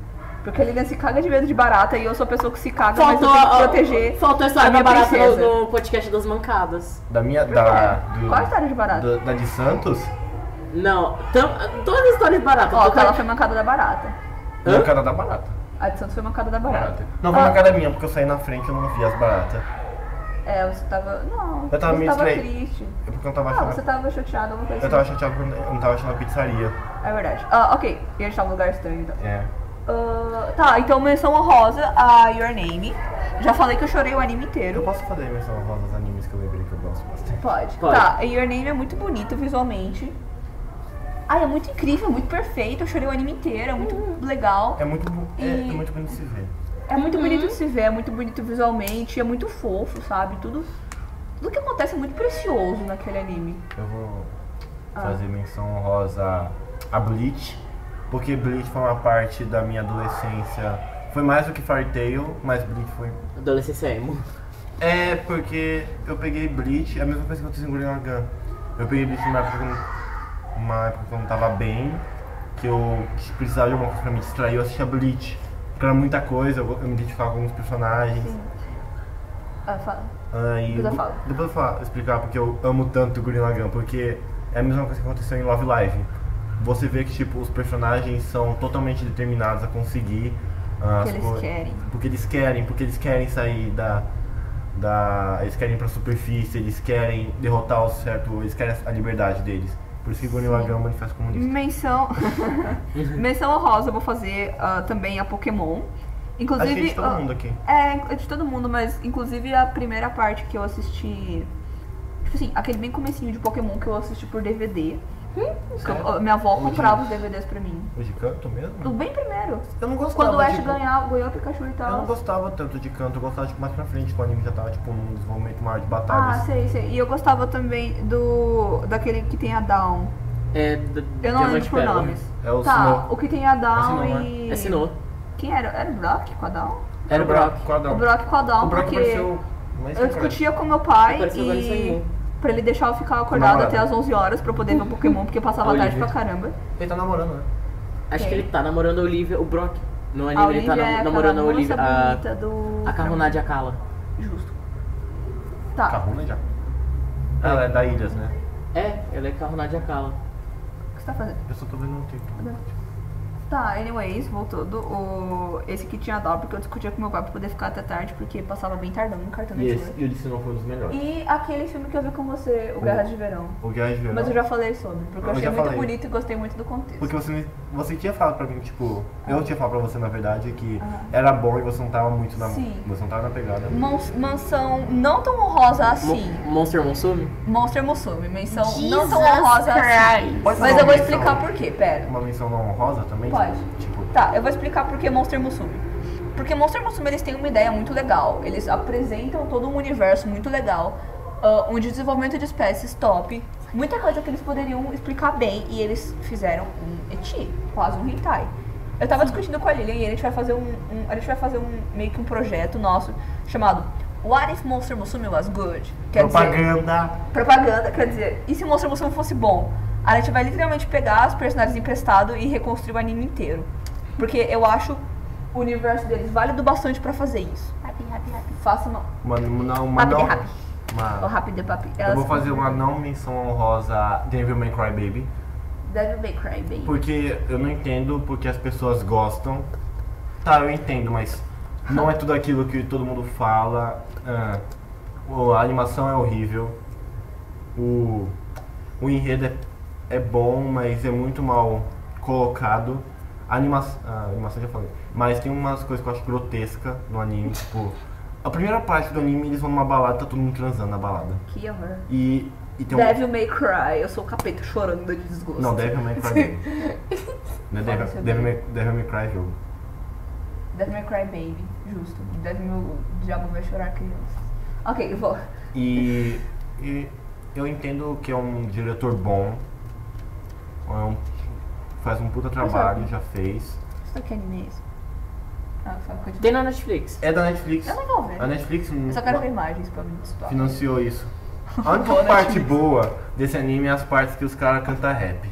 Porque a Lilian se caga de medo de barata e eu sou a pessoa que se caga,
Faltou,
mas eu tenho
a-
que proteger.
faltou a
a
história da
minha
barata no-
princesa.
no, podcast das mancadas.
Da minha. Da. Do,
Qual a história de barata?
do- da de Santos?
Não, tam, todas as histórias de barata.
Ó,
toda-
aquela foi mancada da barata.
Hã?
Na cara da barata.
A de Santos foi mancada da barata.
barata. tá Não foi
Ah.
na cara minha, porque eu saí na frente e eu não vi as baratas.
É, você tava. Não,
Eu tava
você
meio
tava
distraído.
triste.
É porque eu não tava
Não, Ah, você tá-
achando.
tava chateado, alguma coisa
Eu tava
assim.
chateado porque eu não tava achando a pizzaria.
É verdade. Ah, ok. E a gente tá num lugar estranho então.
É.
Ah, tá, então menção honrosa a Your Name. Já falei que eu chorei o anime inteiro.
Eu posso fazer a menção honrosa aos animes que eu lembrei que eu gosto bastante.
Pode.
Pode.
Tá, e Your Name é muito bonito visualmente. Ai, é muito incrível, muito perfeito. Eu chorei o anime inteiro, é muito legal.
É muito, bo- é,
E-
é muito bonito de se ver.
É muito bonito de se ver, é muito bonito visualmente, é muito fofo, sabe? Tudo, tudo que acontece é muito precioso naquele anime.
Eu vou
Ah.
fazer menção honrosa a Bleach, porque Bleach foi uma parte da minha adolescência. Foi mais do que Fairy Tail, mas Bleach foi.
Adolescência emo.
É porque eu peguei Bleach, é a mesma coisa que eu fiz em Gurren Lagann. Eu peguei Bleach numa época, que eu não- uma época que eu não tava bem, que eu precisava de alguma coisa pra me distrair, eu assistia Bleach. Porque era muita coisa, eu, eu me identificava com alguns personagens.
Ah, fala.
Ah, e
Depois eu
gu-
falo.
Depois eu falo, explicar porque eu amo tanto o Gurren Lagann, porque É a mesma coisa que aconteceu em Love Live. Você vê que tipo, os personagens são totalmente determinados a conseguir ah,
que
as
eles
coisas.
querem.
Porque eles querem, porque eles querem sair da. da eles querem ir pra superfície, eles querem derrotar o certo, eles querem a liberdade deles. Por isso que Gurren Lagann é um manifesto comunista.
Menção. (laughs) Menção honrosa, eu vou fazer ah, também a Pokémon.
Acho
Inclusive.
que é de todo
ah,
mundo aqui.
É, é de todo mundo, mas inclusive a primeira parte que eu assisti. Tipo assim, aquele bem comecinho de Pokémon que eu assisti por DVD. Que eu- Então, minha avó
Onde?
comprava os DVDs pra mim.
O de canto
Do
mesmo?
bem primeiro.
Eu Hum. não gostava.
Quando o Ash
de-
ganhava, ganhou o Pikachu e
Eu não
tal.
gostava tanto de canto, eu gostava tipo, mais pra frente, quando o anime já tava tipo num desenvolvimento maior de
Ah,
batalhas.
sei, sei. E eu gostava também do. daquele que tem a Down.
É da-
Eu não
Diamante
lembro por
Pérola.
nomes.
é o
Tá,
Sinnoh.
o que tem a Down
É Sinnoh, né?
e.
né? É Sinnoh.
Quem era? Era o Brock com a Down?
Era o Brock.
Quadrão.
O Brock com a Down,
O Brock
porque.
apareceu mais
Eu
que cara.
discutia com meu pai
Apareceu é agora isso
e.
aí.
Pra ele deixar eu ficar acordado
Namorado.
até as 11 horas pra eu poder
(laughs)
ver Pokémon, porque passava
A
tarde
Olivia.
pra caramba.
Ele tá namorando, né?
Acho que
Quem?
ele tá namorando a Olivia, o Brock. No
A
anime ele tá
Olivia é
nam-
aquela
namorando a
moça
Olivia. A,
bonita do...
a Carronade Akala.
Justo. Tá,
Carruna já. Ah. Ela é da Ilhas, né?
É, ela é Carronade Akala.
o que você tá fazendo?
Eu só tô vendo um título.
Tá, anyways, voltando. O... Esse que tinha dó, porque eu discutia com meu pai pra poder ficar até tarde, porque passava bem tardão no cartão
E
da
esse,
Netflix.
e o de Sinnoh foi um dos melhores.
E aquele filme que eu vi com você, O Guerra de Verão.
O Guerra de Verão.
Mas eu já falei sobre, porque eu
Eu
achei
já
muito
falei.
bonito e gostei muito do contexto.
Porque você, me- você tinha falado pra mim, tipo, eu tinha falado pra você na verdade que era bom e você não tava muito na
Ah. Sim.
Você não tava na pegada.
Mons- mansão não tão honrosa
Mo-
assim.
Monster Monsume?
Monster Musume, menção não
Jesus
tão honrosa assim.
Christ.
Pode
Mas
fazer
eu vou
uma
explicar
menção-
por quê, pera.
Uma menção não honrosa também?
Pode.
Tipo,
Tá, eu vou explicar por que Monster Musume. Porque Monster Musume eles têm uma ideia muito legal. Eles apresentam todo um universo muito legal, ah, um desenvolvimento de espécies top, muita coisa que eles poderiam explicar bem e eles fizeram um eti, quase um hentai. Eu tava discutindo com a Lilian e a gente vai fazer um, um- a gente vai fazer um meio que um projeto nosso chamado What if Monster Musume was good? Quer dizer,
propaganda.
propaganda, quer dizer, e se o Monstro Musume fosse bom? A gente vai literalmente pegar os personagens emprestados e reconstruir o anime inteiro. Porque eu acho o universo deles válido bastante pra fazer isso.
Rápido, rápido, rápido.
Faça uma.
Uma, uma, uma
Rápido,
não.
rápido.
uma-
O rápido é assim. de papi.
eu vou fazer uma não menção honrosa a Devilman Crybaby.
Devil May Cry, baby.
Porque eu não entendo porque as pessoas gostam. Tá, eu entendo, mas não é tudo aquilo que todo mundo fala. Ah, o- a animação é horrível. O, o enredo é, é bom, mas é muito mal colocado. A anima, ah, animação já falei. Mas tem umas coisas que eu acho grotesca no anime. Tipo, a primeira parte do anime eles vão numa balada, tá todo mundo transando na balada.
Que horror.
E, e tem um.
Devil May Cry. Eu sou o capeta chorando de desgosto.
Não, Devil May Cry.
(laughs)
Baby. Não é Devil, Devil, May, Devil May Cry jogo.
Devil May Cry, baby. Justo. Devil May... O diabo vai chorar criança. Ok, eu vou.
E, e eu entendo que é um diretor bom, é um- faz um puta trabalho, já fez.
Isso aqui é anime isso. Ah, só continua.
Tem na Netflix.
É da Netflix.
Eu não vou ver.
A Netflix
Eu só quero ver imagens pra me estudar.
financiou isso.
(laughs)
A única
Boa,
parte
Netflix.
boa desse anime é as partes que os caras cantam rap.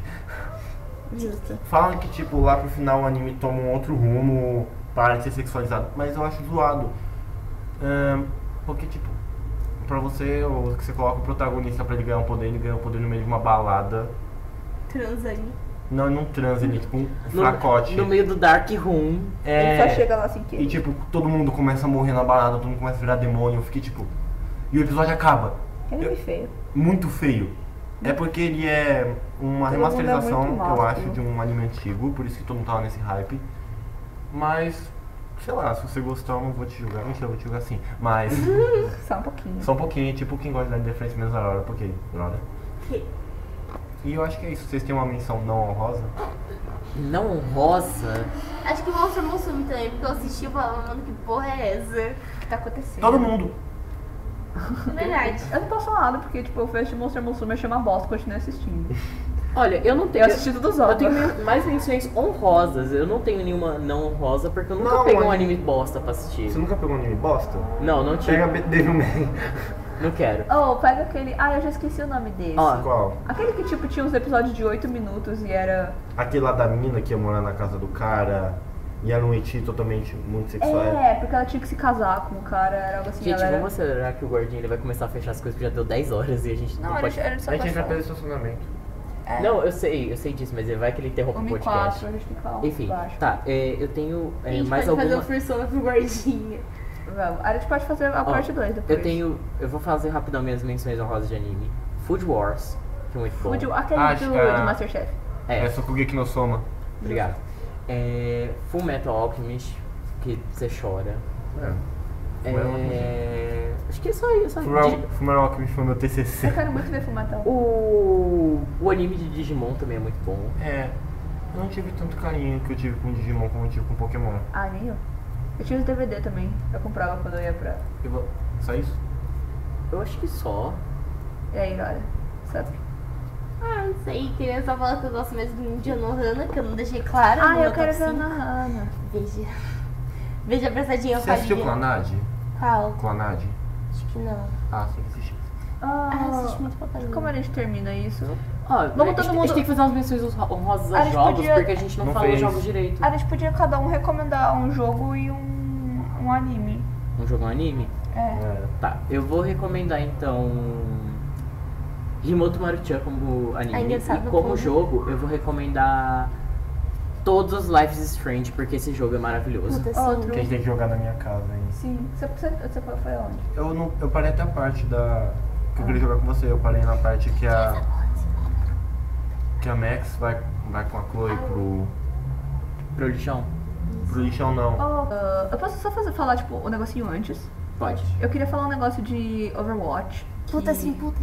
Justo.
Falam que, tipo, lá pro final o anime toma um outro rumo, para de ser sexualizado, mas eu acho zoado. Ahn, porque, tipo, pra você, o- que você coloca o protagonista pra ele ganhar um poder, ele ganha um poder no meio de uma balada.
Transani.
Não, ele não transa, ele é tipo um fracote.
No meio do Dark Room.
É,
Ele só chega lá assim
E
que.
tipo, todo mundo começa a morrer na balada, todo mundo começa a virar demônio, eu fiquei tipo. E o episódio acaba.
tipo,
Ele é meio feio.
Muito feio. É porque ele é uma
Todo mundo é
remasterização,
muito
eu
mal,
acho,
viu?
de um anime antigo, por isso que todo mundo tava nesse hype. Mas, sei lá, se você gostar eu não vou te julgar. Mentira, eu vou te julgar sim.
(laughs)
Mas,
Só um pouquinho.
só um pouquinho, tipo quem gosta de The Friends menos a hora, porque, droga. E eu acho que é isso. Vocês têm uma menção não honrosa?
Não honrosa.
Acho que Monster Musume também, porque eu assisti e falava, mano, que porra é essa?
(laughs) O que tá acontecendo?
Todo mundo!
Verdade.
Eu não posso falar nada, porque tipo, eu fui assistir Monster Musume, achei uma bosta, continuei assistindo.
Olha, eu não tenho.
Eu assisti todos os
Eu
outros.
tenho men- mais menções honrosas. Eu não tenho nenhuma não honrosa porque eu nunca
Não,
peguei um
anime-
anime bosta pra assistir.
Você nunca pegou um anime bosta?
Não, não tive.
Pega Devilman.
Não quero.
Oh, pega aquele. Ah, eu já esqueci o nome desse.
Ó,
Qual?
Aquele que tipo tinha uns episódios de 8 minutos e era.
Aquele lá da mina que ia morar na casa do cara e era um eti totalmente muito sexual.
É, porque ela tinha que se casar com o cara, era algo assim,
gente,
ela era.
vamos acelerar que o gordinho ele vai começar a fechar as coisas porque já deu 10 horas e a gente não,
Não, era,
pode.
era só
A gente entra
passar.
pelo estacionamento.
É.
Não, eu sei, eu sei disso, mas vai que ele interrompe o
Homem
podcast.
4, a gente tem que falar. um
Enfim,
eu acho.
tá, é, eu tenho
A
é,
gente
mais
pode
alguma.
fazer o fursona pro gordinho.
Vamos. A gente pode fazer a
Ó,
parte 2 depois.
Eu tenho. Eu vou fazer rapidão minhas menções honrosas de anime. Food Wars, que é muito bom.
Food, aquele
Ah,
do,
ah.
do Masterchef.
É,
É só com o Geek no Soma.
obrigado. É, Full Metal Alchemist, que você chora.
Full Metal
É, acho que é só isso. só isso.
Fumeral Alchemist foi meu
(laughs)
TCC.
Eu quero muito ver Fumatão.
O, o anime de Digimon também é muito bom.
É, eu não tive tanto carinho que eu tive com Digimon como eu tive com Pokémon.
Ah, nem eu. Eu tinha os DVD também. Eu comprava quando eu ia pra.
E vo- Só isso?
Eu acho que só.
E aí, olha. Sabe?
Ah, não sei, queria só falar que eu gosto mesmo de Anohana, que eu não deixei claro. no
Ah, eu
meu
quero
top
ver a
cinco.
Nahana.
Veja. Veja a abraçadinha
Você assistiu
Qual?
Clanade? Clanade?
Acho que não.
Ah, sim, assisti.
Ah, eu
Ah,
assisti muito pouco anime.
como a gente termina isso?
Ó,
Vamos
Né, a gente-
todo
A
mundo-
gente tem que fazer umas menções honrosas
A
a
gente
jogos,
podia-
porque a gente não,
Não
falou
fez.
jogos direito.
A gente podia cada um recomendar um jogo e um, um anime.
Um jogo é um anime?
É.
Tá, eu vou recomendar então. Rimoto Maruchan como anime.
É
Ai,
e
engraçado,
como
como?
jogo, eu vou recomendar todos os Life is Strange, porque esse jogo é maravilhoso.
Puta, sim.
Outro.
Que a gente tem que jogar na minha casa, hein?
Sim. Você, você, você foi foi onde?
Eu, não, eu parei até a parte da. que eu
Ah.
queria jogar com você. Eu parei na parte que a. que a Max vai, vai com a Chloe
Ah.
pro.
Pro lixão?
pro lixão,
Oh.
não.
Ah, eu posso só fazer, falar, tipo, o negocinho antes?
Pode.
Eu queria falar um negócio de Overwatch. Que,
Puta, assim, sim, puta.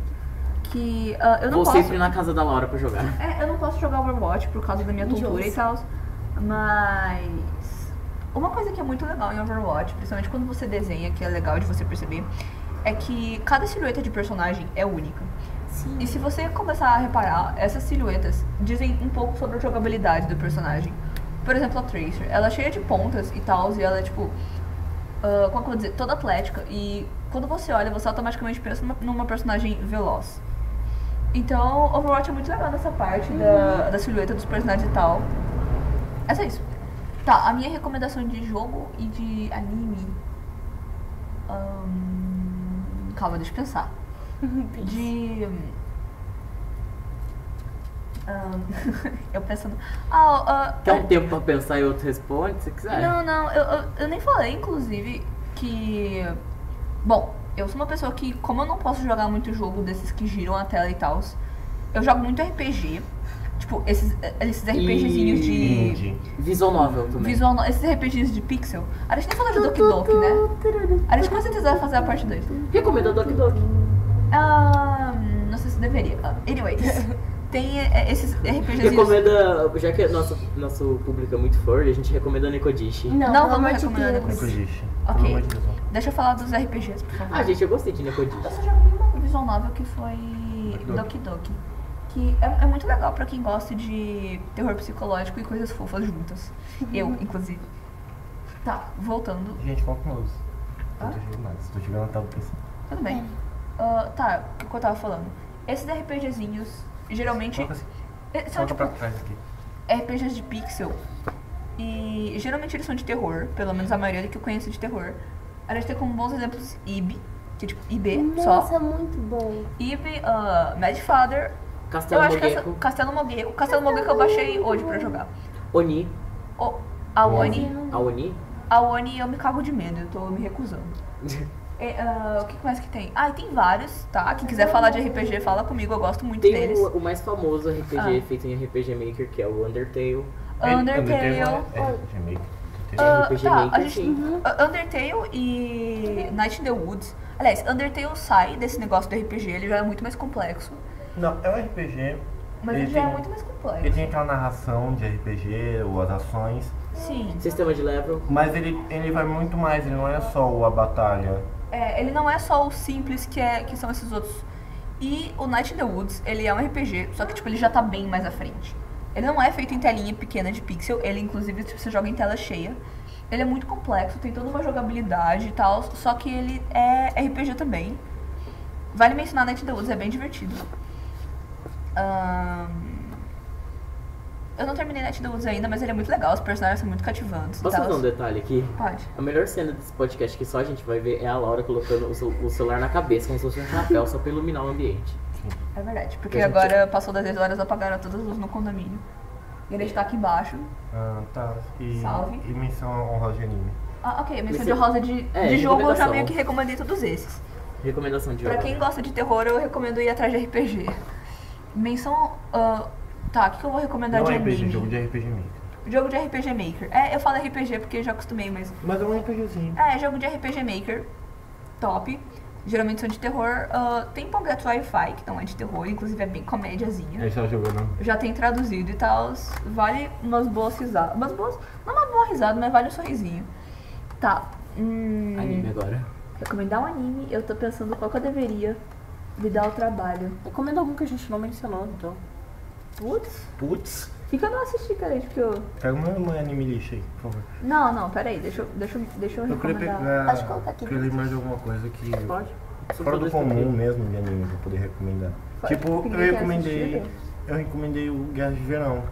que-
Que ah, eu não
vou
posso.
sempre na casa da Laura pra jogar.
É, eu não posso jogar Overwatch por causa da minha tontura e tal. Mas. Uma coisa que é muito legal em Overwatch, principalmente quando você desenha, que é legal de você perceber, é que cada silhueta de personagem é única.
Sim.
E se você começar a reparar, essas silhuetas dizem um pouco sobre a jogabilidade do personagem. Por exemplo, a Tracer, ela é cheia de pontas e tal, e ela é tipo. ah, como que eu vou dizer? Toda atlética. E quando você olha, você automaticamente pensa numa, numa personagem veloz. Então, Overwatch é muito legal nessa parte da, da silhueta dos personagens e tal. É só isso. Tá, a minha recomendação de jogo e de anime. Ahn, calma, deixa eu pensar de. Ahn, (laughs) eu pensando. Ah, ah,
Quer um né? tempo pra pensar e outro responde, se quiser.
Não, não, eu, eu, eu nem falei, inclusive, que. Bom, eu sou uma pessoa que, como eu não posso jogar muito jogo desses que giram a tela e tal, eu jogo muito RPG. Tipo, esses, esses RPGzinhos de.
Indie.
Visual novel também.
Visual, no- esses RPGs de pixel. A gente nem falou de Doki Doki, né? A gente com certeza vai fazer a parte 2.
Recomendo Doki Doki.
Ah, não sei se deveria. Ah,
(laughs)
Anyways, tem é, esses RPGs.
Recomenda, já que nosso, nosso público é muito furry, a gente recomenda Nekodishi.
Não,
Não,
pelo
vamos
amor de
recomendar
Deus.
depois.
Nicodiche.
Ok.
Pelo amor de Deus. ó.
Deixa eu falar dos RPGs, por favor.
Ah, gente, eu gostei de Nekodishi.
Eu só joguei uma visual novel que foi
Doki.
Doki Doki. Que é, é muito legal pra quem gosta de terror psicológico e coisas fofas
(laughs)
juntas. Eu, inclusive. Tá, voltando.
Gente, foca com luz.
Ah?
Não tô chegando nada, tô chegando na tela do PC.
Tudo bem. Ah, tá, o que eu tava falando? Esses RPGzinhos, geralmente.
Foca assim.
eh,
Foca
São tipo
pra trás aqui.
RPGs de pixel. E geralmente eles são de terror, pelo menos a maioria que eu conheço de terror. A gente tem como bons exemplos IB, que é tipo IB só.
Nossa, é muito bom.
IB, ah, Mad Father. eu
Castelo
acho que essa,
Mogeko,
Castelo Mogueco. Castelo Mogueco eu baixei hoje pra jogar.
Oni,
O, a Oni,
a Oni, (laughs)
a Oni eu me cago de medo, eu tô me recusando. E, ah, o que mais que tem? Ah, e tem vários, tá? Quem quiser falar de RPG, fala comigo, eu gosto muito
Tem
deles.
o, o mais famoso RPG
Ah.
feito em RPG Maker, que é o Undertale.
Undertale.
É,
né?
é meio que-
Ah,
RPG
tá, a
Maker,
assim.
gente,
sim.
Uh, Undertale e Night in the Woods. Aliás, Undertale sai desse negócio do RPG, ele já é muito mais complexo.
Não, é um RPG.
Mas
Ele
ele já é
tem-
muito mais
Ele
complexo.
tem aquela narração de RPG ou as ações.
Sim.
Sistema de level.
Mas ele, ele vai muito mais, ele não é só o a batalha.
É, ele não é só o simples que, é, que são esses outros. E o Night in the Woods, ele é um RPG, só que tipo, ele já tá bem mais à frente. Ele não é feito em telinha pequena de pixel, ele inclusive tipo, você joga em tela cheia. Ele é muito complexo, tem toda uma jogabilidade e tal, só que ele é RPG também. Vale mencionar Night in the Woods, é bem divertido. Ahn, Eu não terminei Night in the Woods ainda, mas ele é muito legal, os personagens são muito cativantes. e
Posso
tals.
fazer um detalhe aqui?
Pode.
A melhor cena desse podcast que só a gente vai ver é a Laura colocando o, cel- o celular na cabeça, como se fosse um chapéu, só pra iluminar o ambiente.
É verdade, porque agora passou das 10 horas, apagaram todas as luzes no condomínio. E ele está aqui embaixo.
Ah, tá. E,
Salve.
e menção honrosa de anime.
Ah, ok, menção de
Esse-
rosa de,
é,
de jogo eu já
recomendação.
meio que recomendei todos esses.
Recomendação de
Pra
jogo.
quem gosta de terror, eu recomendo ir atrás de RPG. Menção. ah, tá, o que, que eu vou recomendar
Não
de
é
anime?
RPG, jogo de RPG Maker.
Jogo de RPG Maker. É, eu falo RPG porque já acostumei, mas.
Mas é um RPGzinho.
É, jogo de RPG Maker. Top. Geralmente são de terror. Ah, tem Pongato Wi-Fi, que não é de terror, inclusive é bem comédiazinha.
A gente tava tá jogando.
já tem traduzido e tal. Vale umas boas risadas. Umas boas. Não uma boa risada, mas vale um sorrisinho. Tá. Hum,
Anime agora.
Recomendar um anime, eu tô pensando qual que eu deveria me dar o trabalho.
Recomendo algum que a gente não mencionou, então.
Putz,
Putz.
fica não assistir, cara, porque eu.
Pega uma, uma anime lixo aí, por favor.
Não, não, peraí, deixa eu, deixa eu, deixa eu
Eu queria
recomendar.
pegar.
Pode colocar aqui
Queria
dentro.
lembrar de alguma coisa que.
Pode.
Fora do comum mesmo de anime pra poder recomendar.
Pode.
Tipo,
Ninguém
eu
quer
recomendei.
assistir.
Eu recomendei o Guerra de Verão.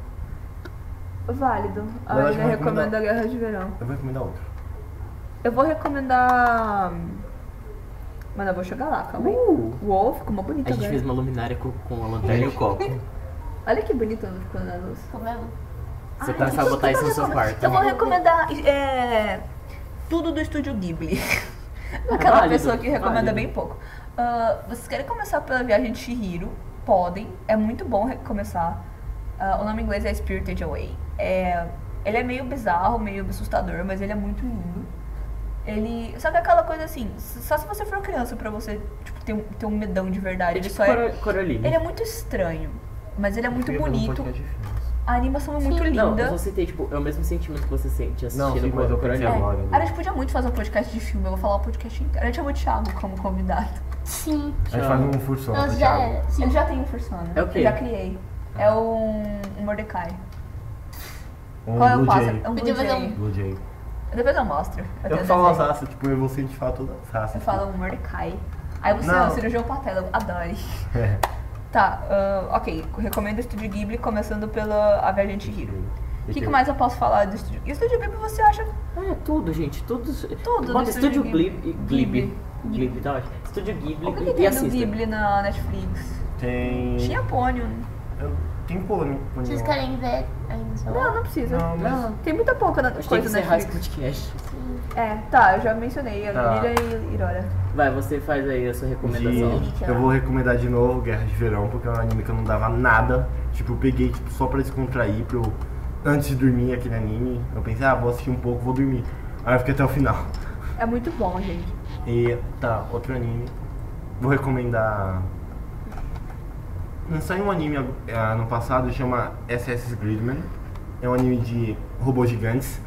é.
Válido. A
Mas eu
Aline
vou recomendar-
recomenda Guerra de Verão.
Eu vou recomendar outro.
Eu vou recomendar. hum, Mano, eu vou chegar lá, calma aí.
Uh!
Uou, ficou uma bonita
A gente
agora.
fez um- uma luminária com, com a lanterna e o copo.
Olha que bonito ficou na luz.
Como é?
Você tá sabotar isso no seu quarto.
Eu vou recomendar é, tudo do estúdio
(laughs)
Ghibli. Aquela
válido,
pessoa que recomenda
válido.
bem pouco. Ah, vocês querem começar pela viagem de Shihiro? Podem. É muito bom re- começar. Ah, o nome em inglês é Spirited Away. É, ele é meio bizarro, meio assustador, mas ele é muito lindo. Ele. Só que é aquela coisa assim, s- só se você for criança pra você tipo, ter, um, ter um medão de verdade.
É
Ele
tipo
só é.
Coro- Coraline.
Ele é muito estranho. Mas ele é muito
Eu ia fazer um
bonito.
podcast de filmes.
A animação é muito linda.
Não, eu só citei, tipo, é o mesmo sentimento que você sente assistindo
Não, sim, mas eu
Coraline.
pensei agora.
É, a gente podia muito fazer um podcast de filme, eu vou falar o podcast inteiro. A gente chamou o Thiago como convidado.
Sim.
A gente faz um furo só.
Nós
pro
já é.
Thiago.
era.
Ele já é. tem um o Fursona.
É o quê?
né? Eu já criei. É um, um Mordecai.
Um
Qual é o
Blue
pássaro?
Jay.
É um Blue
Podia fazer
Jay.
um-
Blue Jay.
Depois eu mostro.
Eu
tenho
falo as
desenho.
raças, tipo, eu vou sentir falar todas as raças. (laughs)
Eu falo um Mordecai. Aí você é
Não.
o cirurgião patela, adore.
É.
Tá, ah, ok. Recomendo o Estúdio Ghibli, começando pela A Viagem de Hiro. O que, que mais eu posso falar do Estúdio Ghibli? Estúdio Ghibli você acha...
É, tudo, gente. Tudo.
Tudo
Bota
do
Estúdio
Estúdio
Ghibli.
Ghibli.
Ghibli. Ghibli, tá ótimo. Estúdio Ghibli
O que, que
e
tem do
assista.
Ghibli na Netflix?
Tem.
Tinha pônio. né?
Eu- Tem pônei. pônei.
Vocês querem ver ainda?
Não, não precisa.
Não, mas-
Tem muita pouca na-
A gente tem que
coisa na
encerrar esse
é Netflix.
podcast.
É, tá, eu já mencionei a
Tá.
Lilia e Irora.
Vai, você faz aí a sua recomendação.
De- Eu vou recomendar de novo Guerra de Verão, porque é um anime que eu não dava nada. Tipo, eu peguei tipo, só pra descontrair, pra eu- antes de dormir aquele anime. Eu pensei, ah, vou assistir um pouco, vou dormir. Aí eu fiquei até o final.
É muito bom, gente.
E tá, outro anime. Vou recomendar. Não saiu um anime ah, ano passado chama SS Gridman. É um anime de robôs gigantes.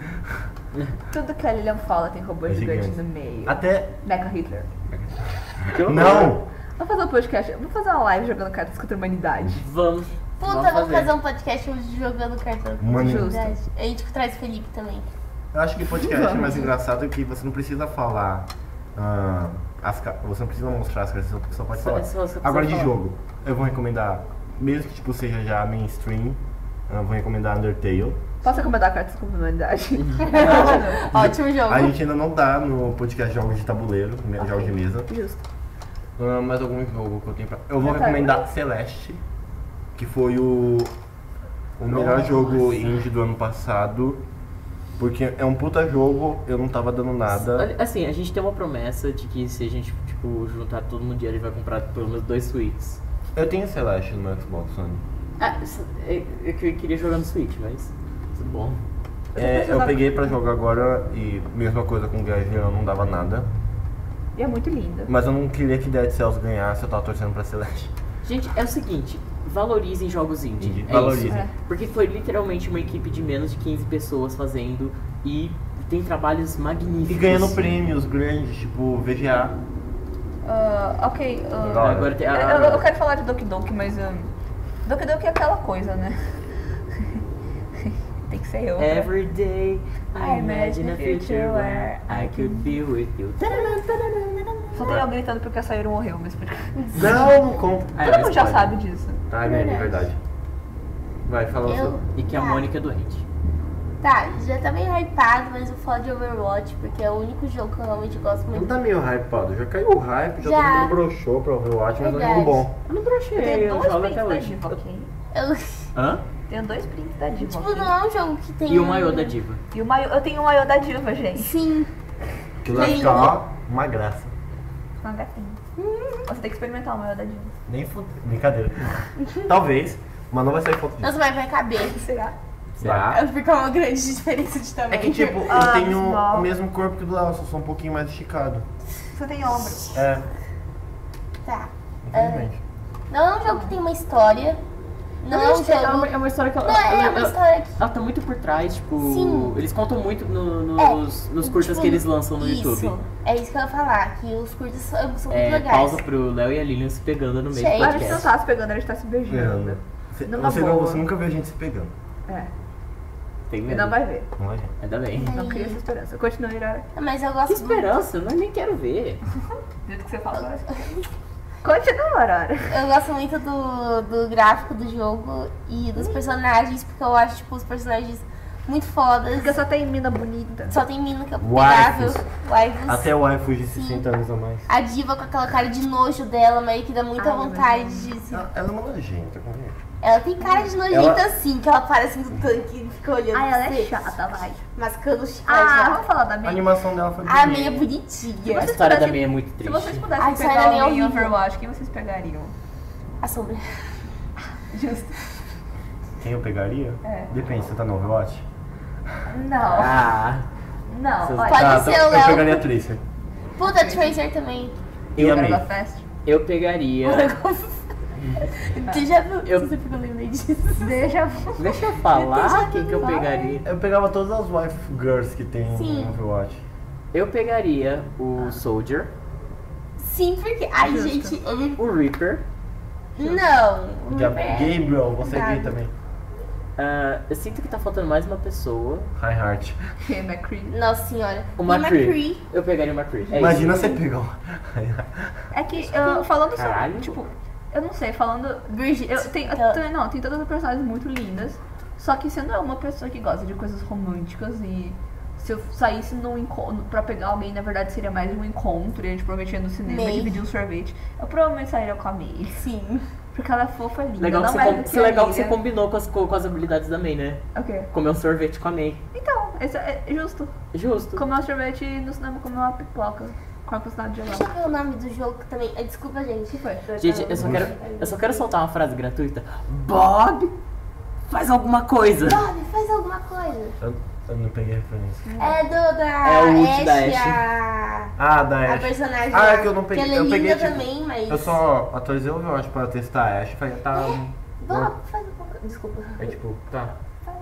Tudo que a Lilian fala tem robô
É
gigante,
gigante.
no meio.
Até.
Mecha Hitler.
Não!
Vamos fazer um podcast, vamos fazer uma live jogando cartas contra a humanidade.
Vamos.
Puta,
vamos
vamos fazer um podcast hoje jogando cartão.
Mano.
Verdade. A gente traz o Felipe também.
Eu acho que podcast é mais engraçado que você não precisa falar. ah, as ca- você não precisa mostrar as coisas, você só pode
Só-
falar.
só- só precisa
Agora de
falar.
jogo, eu vou recomendar, mesmo que tipo, seja já mainstream, eu vou recomendar Undertale.
Posso recomendar cartas contra a humanidade?
Uhum.
Ótimo jogo.
A gente ainda não dá no podcast jogos de tabuleiro, me- jogos de mesa.
(laughs) Justo.
Ah, mais algum jogo que eu tenho pra. Eu vou
Ah, tá.
recomendar Celeste, que foi o, o melhor jogo indie do ano passado. Porque é um puta jogo, eu não tava dando nada.
Olha, Assim, a gente tem uma promessa de que se a gente, tipo, juntar todo mundo dinheiro, a gente vai comprar pelo menos dois suítes.
Eu tenho Celeste no meu Xbox One.
Ah, isso- eu, eu que- queria jogar no Switch, mas. Isso é bom.
Eu tô
É, eu
pensando-
peguei pra jogar agora e mesma coisa com o Gage, eu não dava nada.
E é muito linda.
Mas eu não queria que Dead Cells ganhasse, eu tava torcendo pra Celeste.
Gente, é o seguinte: valorizem jogos indie.
Indie,
É
valorizem.
isso. Porque foi literalmente uma equipe de menos de 15 pessoas fazendo e tem trabalhos magníficos.
E ganhando prêmios grandes, tipo
(laughs)
VGA.
Ah, ok. ah,
Legal.
Ah, Agora tem
eu,
a.
eu- eu quero falar de Doki Doki, mas. ah, Doki Doki é aquela coisa, né? (laughs) tem que ser eu. né?
Every day I imagine a future where I could be with you.
Só tem alguém gritando porque a Sayuri morreu, mas.
Não, não conta.
Ah,
Todo mundo
mas
já
pode.
sabe disso.
Ah, é verdade. Vai, fala
Tá, Eu?
só.
E que a
Ah.
Mônica é doente.
Tá, já tá meio hypado, mas vou falar de Overwatch, porque é o único jogo que eu realmente gosto
Não
muito.
tá meio hypado, já caiu o hype, já,
Já.
todo mundo broxou pra Overwatch, mas não é
Verdade.
muito bom.
Eu não brochei, eu jogo até hoje.
Diva aqui.
Eu,
Hã?
Tenho dois prints da Diva
tipo,
aqui.
não é um jogo que tem.
E o maior da diva.
E o maiô, eu tenho o maiô da Diva, gente.
Sim.
Que lá fica, ó, uma graça.
Uma gatinha. Você tem que experimentar o maiô da Diva.
Nem fudeu.
(laughs)
Brincadeira. Talvez, mas não vai sair foto disso.
Nossa, mas vai caber.
Será?
Tá?
Vai ficar uma grande diferença de tamanho.
É que tipo, eu
Ah,
tenho
não.
o mesmo corpo que o do Léo, só sou um pouquinho mais esticado.
Você tem ombro.
É,
Tá.
infelizmente.
Não é um jogo que tem uma história. Não é um
sei, é,
jogo.
uma, é uma história que ela.
Não, é
ela-
uma
ela-
história que.
ela tá muito por trás, tipo.
Sim.
Eles contam muito no- no-
É,
nos, nos curtas
tipo,
que eles lançam no
isso.
YouTube.
É isso que eu ia falar, que os curtas são, são muito
É,
legais.
pausa pro Léo e a Lilian se pegando no meio
Gente. então
do
Claro que você não
podcast.
tá se pegando, ele está se beijando.
É. Pegando. Você,
Numa
você não,
boa.
você nunca viu a gente se pegando.
É.
Tem
Ele
medo.
não vai ver.
Não é, gente?
Ainda bem.
Ai,
Não cria essa esperança. Continua, Irara.
Mas eu
Que
gosto muito.
esperança, eu não- nem quero ver.
Do jeito que é. você fala agora. Continua, Irara.
Eu gosto muito do, do gráfico do jogo e dos personagens, porque eu acho, tipo, os personagens muito fodas.
Porque só tem mina bonita.
Só tem mina que é pegável.
Waifus.
Waifus.
Até o iPhone de
Sim.
60 anos a mais.
A diva com aquela cara de nojo dela, meio que dá muita
Ai,
vontade
mas
de se...
Ela, ela é uma nojenta, convém.
Ela tem cara de nojenta
Ela-
assim, que ela para assim do tanque e fica olhando você,
vai.
mascando o chiclete.
é Ah,
lá.
vamos falar da
A
May.
animação dela foi
a
bonita.
meia é bonitinha.
A
vocês
história da
pudessem-
minha é muito
Se
triste.
vocês pudessem
Ai,
pegar
sério,
alguém
ela é
em
horrível.
Overwatch, quem vocês pegariam?
A sombra.
Justo.
Quem eu pegaria?
É.
Depende, você tá no Overwatch?
Não,
Ah,
não.
Vocês-
Olha,
Pode
tá,
ser
então
o Léo.
Eu pegaria a Tracer.
Puta, a Tracer também.
E a May?
Dragon Fest.
eu pegaria.
Tu já viu?
Eu-
Eu... Você ficou lembrei disso.
(laughs) Deixa
Deixa eu falar quem que eu pegaria.
Eu pegava todas as wife girls que tem
Sim.
no Overwatch.
Eu pegaria
Ah.
o Soldier,
Sim, porque... Ai,
Justo.
gente, ele...
o Reaper.
Não.
Gab-
Não é.
Gabriel, você é
Gabi.
gay também.
Ah, eu sinto que tá faltando mais uma pessoa.
High Heart.
Quem é McCree?
Nossa senhora.
O
E
Macri.
Macri.
Eu pegaria o Macri. É
Imagina
isso.
você pegar o.
É que, eu- falando sobre,
Caralho.
tipo, eu não sei, falando...
Bridget.
Eu tenho,
é.
eu tenho- não, tem todas as personagens muito lindas, só que sendo eu é uma pessoa que gosta de coisas românticas e... Se eu saísse num encontro pra pegar alguém, na verdade seria mais um encontro e a gente prometia no cinema
May.
dividir um sorvete. Eu provavelmente sairia com a May.
Sim.
Porque ela é fofa, linda.
Legal, que
não
você,
mais
com-
do
que legal que
amiga.
você combinou com as, co- com as habilidades da May, né?
O quê?
Comer um sorvete com a May.
Então, esse é é justo.
Justo.
Comer um sorvete e no cinema comer uma pipoca com a possibilidade de
Deixa
gelada.
eu ver é o nome do jogo também. Ah, Desculpa, gente.
Foi.
Gente, eu só, quero, eu só quero soltar uma frase gratuita. Bob, faz alguma coisa.
Bob, faz alguma coisa.
(laughs) Eu, eu não peguei a referência.
É do da
É o ult da
Ashe,
Ashe.
A...
Ah, da
a
Ash.
personagem.
Ah,
lá,
é que eu não peguei.
ela é
eu
linda
peguei tipo,
também, mas.
Eu só atualizei o Overwatch pra testar a Ash. Falei, tá.
Bob, faz alguma coisa. Desculpa.
É tipo, tá.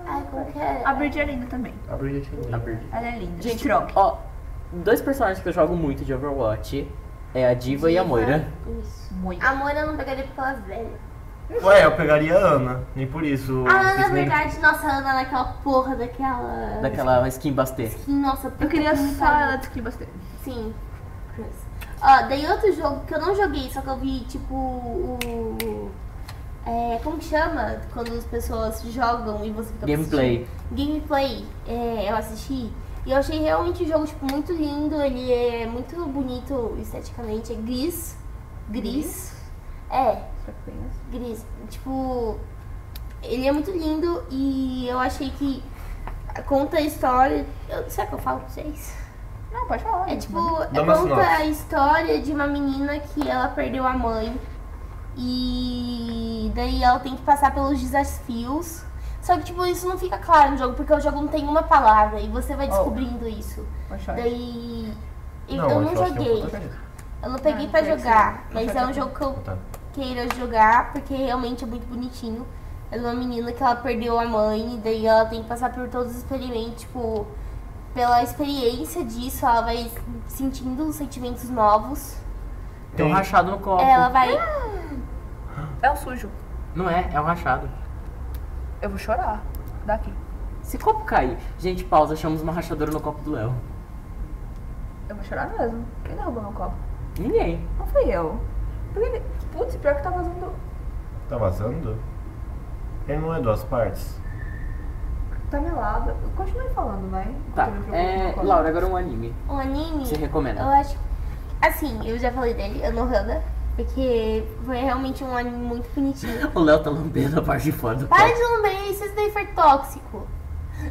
Ai, como que é?
A Bridget é linda também.
Abre o jeito
Ah, perdi.
Ela é linda.
Gente,
troca.
ó, dois personagens que eu jogo muito de Overwatch é a Diva e a Moira.
Isso.
Muito.
A Moira eu não pegaria porque ela é velha.
Ué, eu pegaria a Ana. Nem por isso.
A Ah, Ana, na
Fiz nem-
verdade, nossa, a Ana naquela porra daquela.
Daquela skin Basté.
Que, Nossa, puta
Eu queria
que me
só
pariu.
ela descobrir bastante.
Sim. Ó, daí outro jogo que eu não joguei, só que eu vi, tipo, o... É, como que chama? Quando as pessoas jogam e você fica
Gameplay.
assistindo? Gameplay. É, eu assisti. E eu achei realmente o jogo, tipo, muito lindo. Ele é muito bonito esteticamente. É gris. Gris. É, Gris, tipo, ele é muito lindo e eu achei que conta a história. Eu, será que eu falo pra vocês?
Não, pode falar.
É tipo,
Uhum. Dá uma
conta
sinopse.
a história de uma menina que ela perdeu a mãe e daí ela tem que passar pelos desafios. Só que, tipo, isso não fica claro no jogo, porque o jogo não tem uma palavra e você vai
Oh.
descobrindo isso. Daí. Eu eu não,
Tá. acho que tem um
joguei.
protagonista.
Eu não peguei
Ah,
pra
não sei se-
jogar,
não
mas
sei
é um
se-
jogo que eu
Tá.
queira jogar, porque realmente é muito bonitinho. Ela é uma menina que ela perdeu a mãe, e daí ela tem que passar por todos os experimentos, tipo, pela experiência disso, ela vai sentindo sentimentos novos.
Tem um rachado no copo.
Ela vai.
É um sujo.
Não é, é um rachado.
Eu vou chorar. Daqui.
Se copo cair, gente, pausa, achamos uma rachadora no copo do Léo.
Eu vou chorar mesmo. Quem derrubou meu copo?
Ninguém.
Não fui eu. Porque ele... Putz, pior que tá vazando...
Tá vazando? Ele não é duas partes?
Canelada. Continue falando, vai.
Tá.
Enquanto eu me preocupo com uma
É,
coisa.
Laura, agora um anime.
Um anime.
Você recomenda?
Eu acho. Assim, eu já falei dele, Anohana. Porque foi realmente um anime muito
(laughs)
bonitinho.
O Léo tá lambendo a parte de fora do
Para
palco.
de lamber isso, isso daí foi tóxico.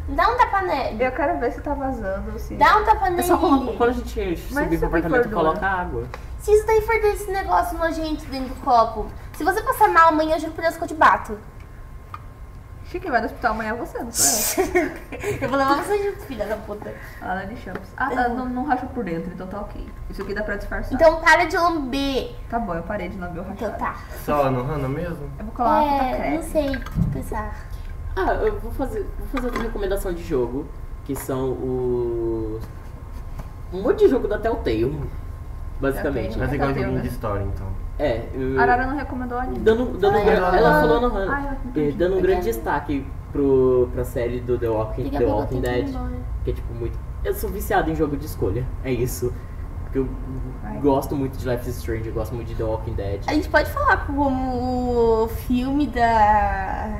Dá um tapa nele.
Eu quero ver se tá vazando ou se.
Dá um tapa
É
nele.
só quando, quando a gente subir
isso
pro
é
apartamento,
gordura.
coloca água.
Se isso daí for desse negócio nojento dentro do copo, se você passar mal amanhã, eu juro por Deus que eu te bato.
Achei que vai no hospital amanhã é você, não sou
(laughs) Eu vou levar você junto, filha da puta.
eu. A Lani Champs. Ah, tá, não, não racha por dentro, então tá ok. Isso aqui dá pra disfarçar.
Então para de lamber.
Tá bom, eu parei de lamber o rachado.
Então tá.
Só no Hana mesmo?
Eu vou colar uma fita
é, não
crepe.
sei pensar.
Ah, eu vou fazer, vou fazer outra recomendação de jogo, que são os. Um monte de jogo da Telltale, basicamente.
Mas é
Tá
igual
bem,
joguinho
né?
de história, então.
É, eu-
Arara não recomendou anime.
dando, dando um
Ai,
gra- ela
ah,
falou no
ai, eu
Han,
entendi.
eh, dando um grande destaque pro, pra série do The Walking,
Daqui a
The
pouco eu
Walking
tenho que ir
Dead,
embora.
que é tipo muito. Eu sou viciado em jogo de escolha, é isso. Porque eu
Ai.
gosto muito de Life is Strange, eu gosto muito de The Walking Dead.
A gente pode falar como o filme da.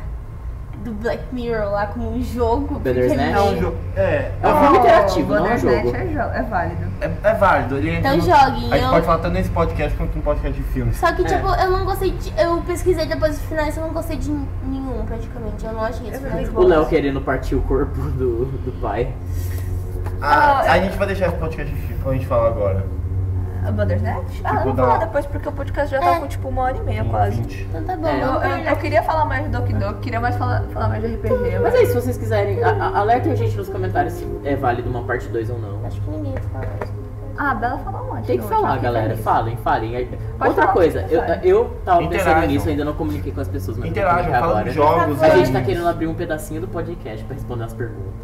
do Black Mirror lá, como um jogo.
Better
porque
Snatch?
É um
ele-
jogo. É.
É um filme
Oh,
interativo,
Banner
não é um
Net
jogo.
É, jo- é válido.
É, é válido, ele
Então
não-
joguem,
A gente
eu-
pode falar tanto nesse podcast quanto no podcast de filmes.
Só que,
É.
tipo, eu não gostei de. Eu pesquisei depois dos finais, eu não gostei de nenhum, praticamente. Eu não achei esse
É
final.
verdade.
O Léo querendo partir o corpo do, do pai.
Ah,
Ah,
a gente vai deixar esse podcast de filmes pra gente falar agora.
A Bandersnet?
Tipo,
Ah, eu vou
dá
falar
uma-
depois porque o podcast já tá
É.
com tipo uma hora e
Um
meia quase.
Vinte.
Então tá bom,
É,
Eu,
vamos
eu,
terminar.
eu queria falar mais de Doki Doki, queria mais falar, falar mais de RPG.
Mas
Mas...
é isso, se vocês quiserem, a, a- alertem a gente nos comentários se é válido uma parte 2 ou não.
Acho que ninguém fala isso.
Ah, a Bela falou um monte.
Tem que
hoje,
falar,
fica
galera.
feliz.
Falem, falem. Aí-
Pode
Outra
falar,
coisa, eu,
pode
eu tava pensando
Interajam.
nisso, ainda não comuniquei com as pessoas, mas vou
Interajam,
comunicar
falam
agora.
de jogos.
A gente
animes.
tá querendo abrir um pedacinho do podcast pra responder as perguntas.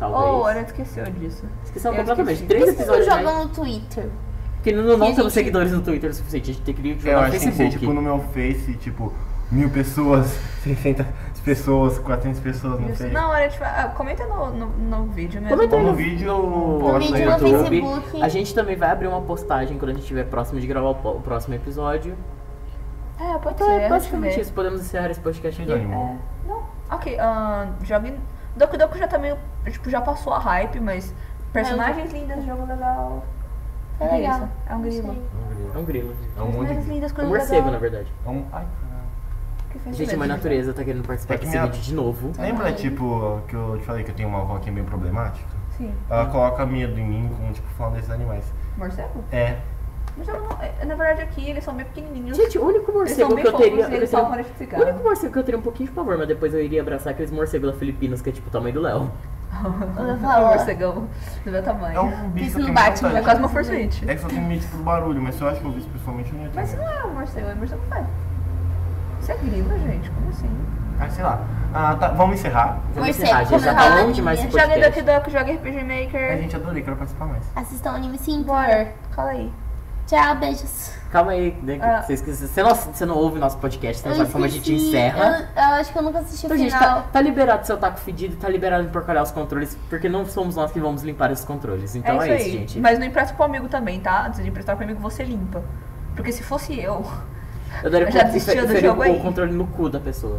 Oh, a
Talvez.
gente esqueceu disso.
Esqueceu
eu
completamente.
esqueci.
Três
Por que vocês
episódios
não
mais.
jogam no Twitter?
Porque não, não
Sim,
temos
gente.
seguidores no Twitter o suficiente. A gente tem que
Eu
jogar no
acho que tem que ser, tipo,
Facebook.
no meu Face, tipo, mil pessoas, (laughs) 600 pessoas, 400 pessoas, não
Isso.
sei.
Não, a gente vai- ah, comenta no, no, no vídeo mesmo.
Comenta
Ou
no
no vídeo ou
No
posta
vídeo, no
YouTube.
Facebook. Facebook.
A gente também vai abrir uma postagem quando a gente estiver próximo de gravar o po- o próximo episódio.
É, pode
Então
ser.
é basicamente
deixa eu ver.
isso. Podemos encerrar esse podcast então. aqui.
É.
Animal.
Não. Ok, ahn, jogue. Doku Doku já tá meio. Tipo, já passou a hype, mas. Personagens
É,
lindas, jogo legal.
É
Grilo,
legal.
É um grilo.
É um grilo. gente.
É um monte
Personagens
de...
lindas,
É um
coisas
morcego, na
legal.
verdade.
É um... Ai, caralho.
Que fez
Gente, a
mesmo.
mãe natureza tá querendo participar
É que
desse
minha-
vídeo de novo.
Lembra, tipo, que eu te falei que eu tenho uma avó que é meio problemática?
Sim.
Ela coloca medo em mim, com, tipo, falando desses animais.
Morcego?
É.
Morcego não. é- Na verdade, aqui eles são bem pequenininhos.
Gente, o único
eles são
morcego
bem
que eu
fofos,
teria. eu
eles
teria-
são
O único morcego que eu teria um pouquinho de pavor, mas depois eu iria abraçar aqueles morcegos da Filipinas que é tipo o tamanho do Léo.
Eu falo morcegão do meu tamanho.
É um bicho que
Isso
eu
não
tenho
bate,
É
vontade.
quase uma forçuite.
É que só tem medo pelo barulho, mas se eu acho que eu vi isso pessoalmente, eu não ia ter
Mas isso
medo.
não é um morcego, é morcego faz. Isso é grilo, gente. Como assim?
Ah, sei lá. Ah, tá. Vamos encerrar.
Vamos
Morcego,
encerrar, gente. Já
como
tá
fala,
longe demais esse
Joga Duck
podcast.
Duck, joga RPG
Ai,
Maker.
gente, adorei. Quero participar mais.
Assistam o anime sim, por
Bora,
favor.
cala aí.
Tchau, beijos.
Calma aí, né? que
Ah.
Vocês que- Você não, você não ouve nosso podcast, você não
Eu
sabe como a gente
esqueci,
encerra.
Eu, eu acho que eu nunca assisti
Então,
o
gente,
final.
tá, tá liberado seu taco fedido, tá liberado emporcalhar os controles, porque não somos nós que vamos limpar esses controles. Então é, isso, gente.
Mas não empresta pro amigo também, tá? Antes de emprestar pro amigo, você limpa. Porque se fosse eu.
Eu daria um
Eu já
pra-
desisti
enfer-
do
enferir
jogo
o,
aí.
o controle no cu da pessoa.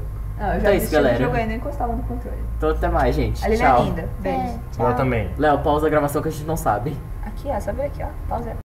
Então
Ah, eu já
é isso,
desisti do
galera.
jogo aí, nem encostava no controle.
Então até mais, gente.
A Lili é
Tchau.
linda. Beijo.
É.
Ela também.
Léo, pausa a gravação que a gente não sabe.
Aqui, ó, sabe aqui, ó. Pausa.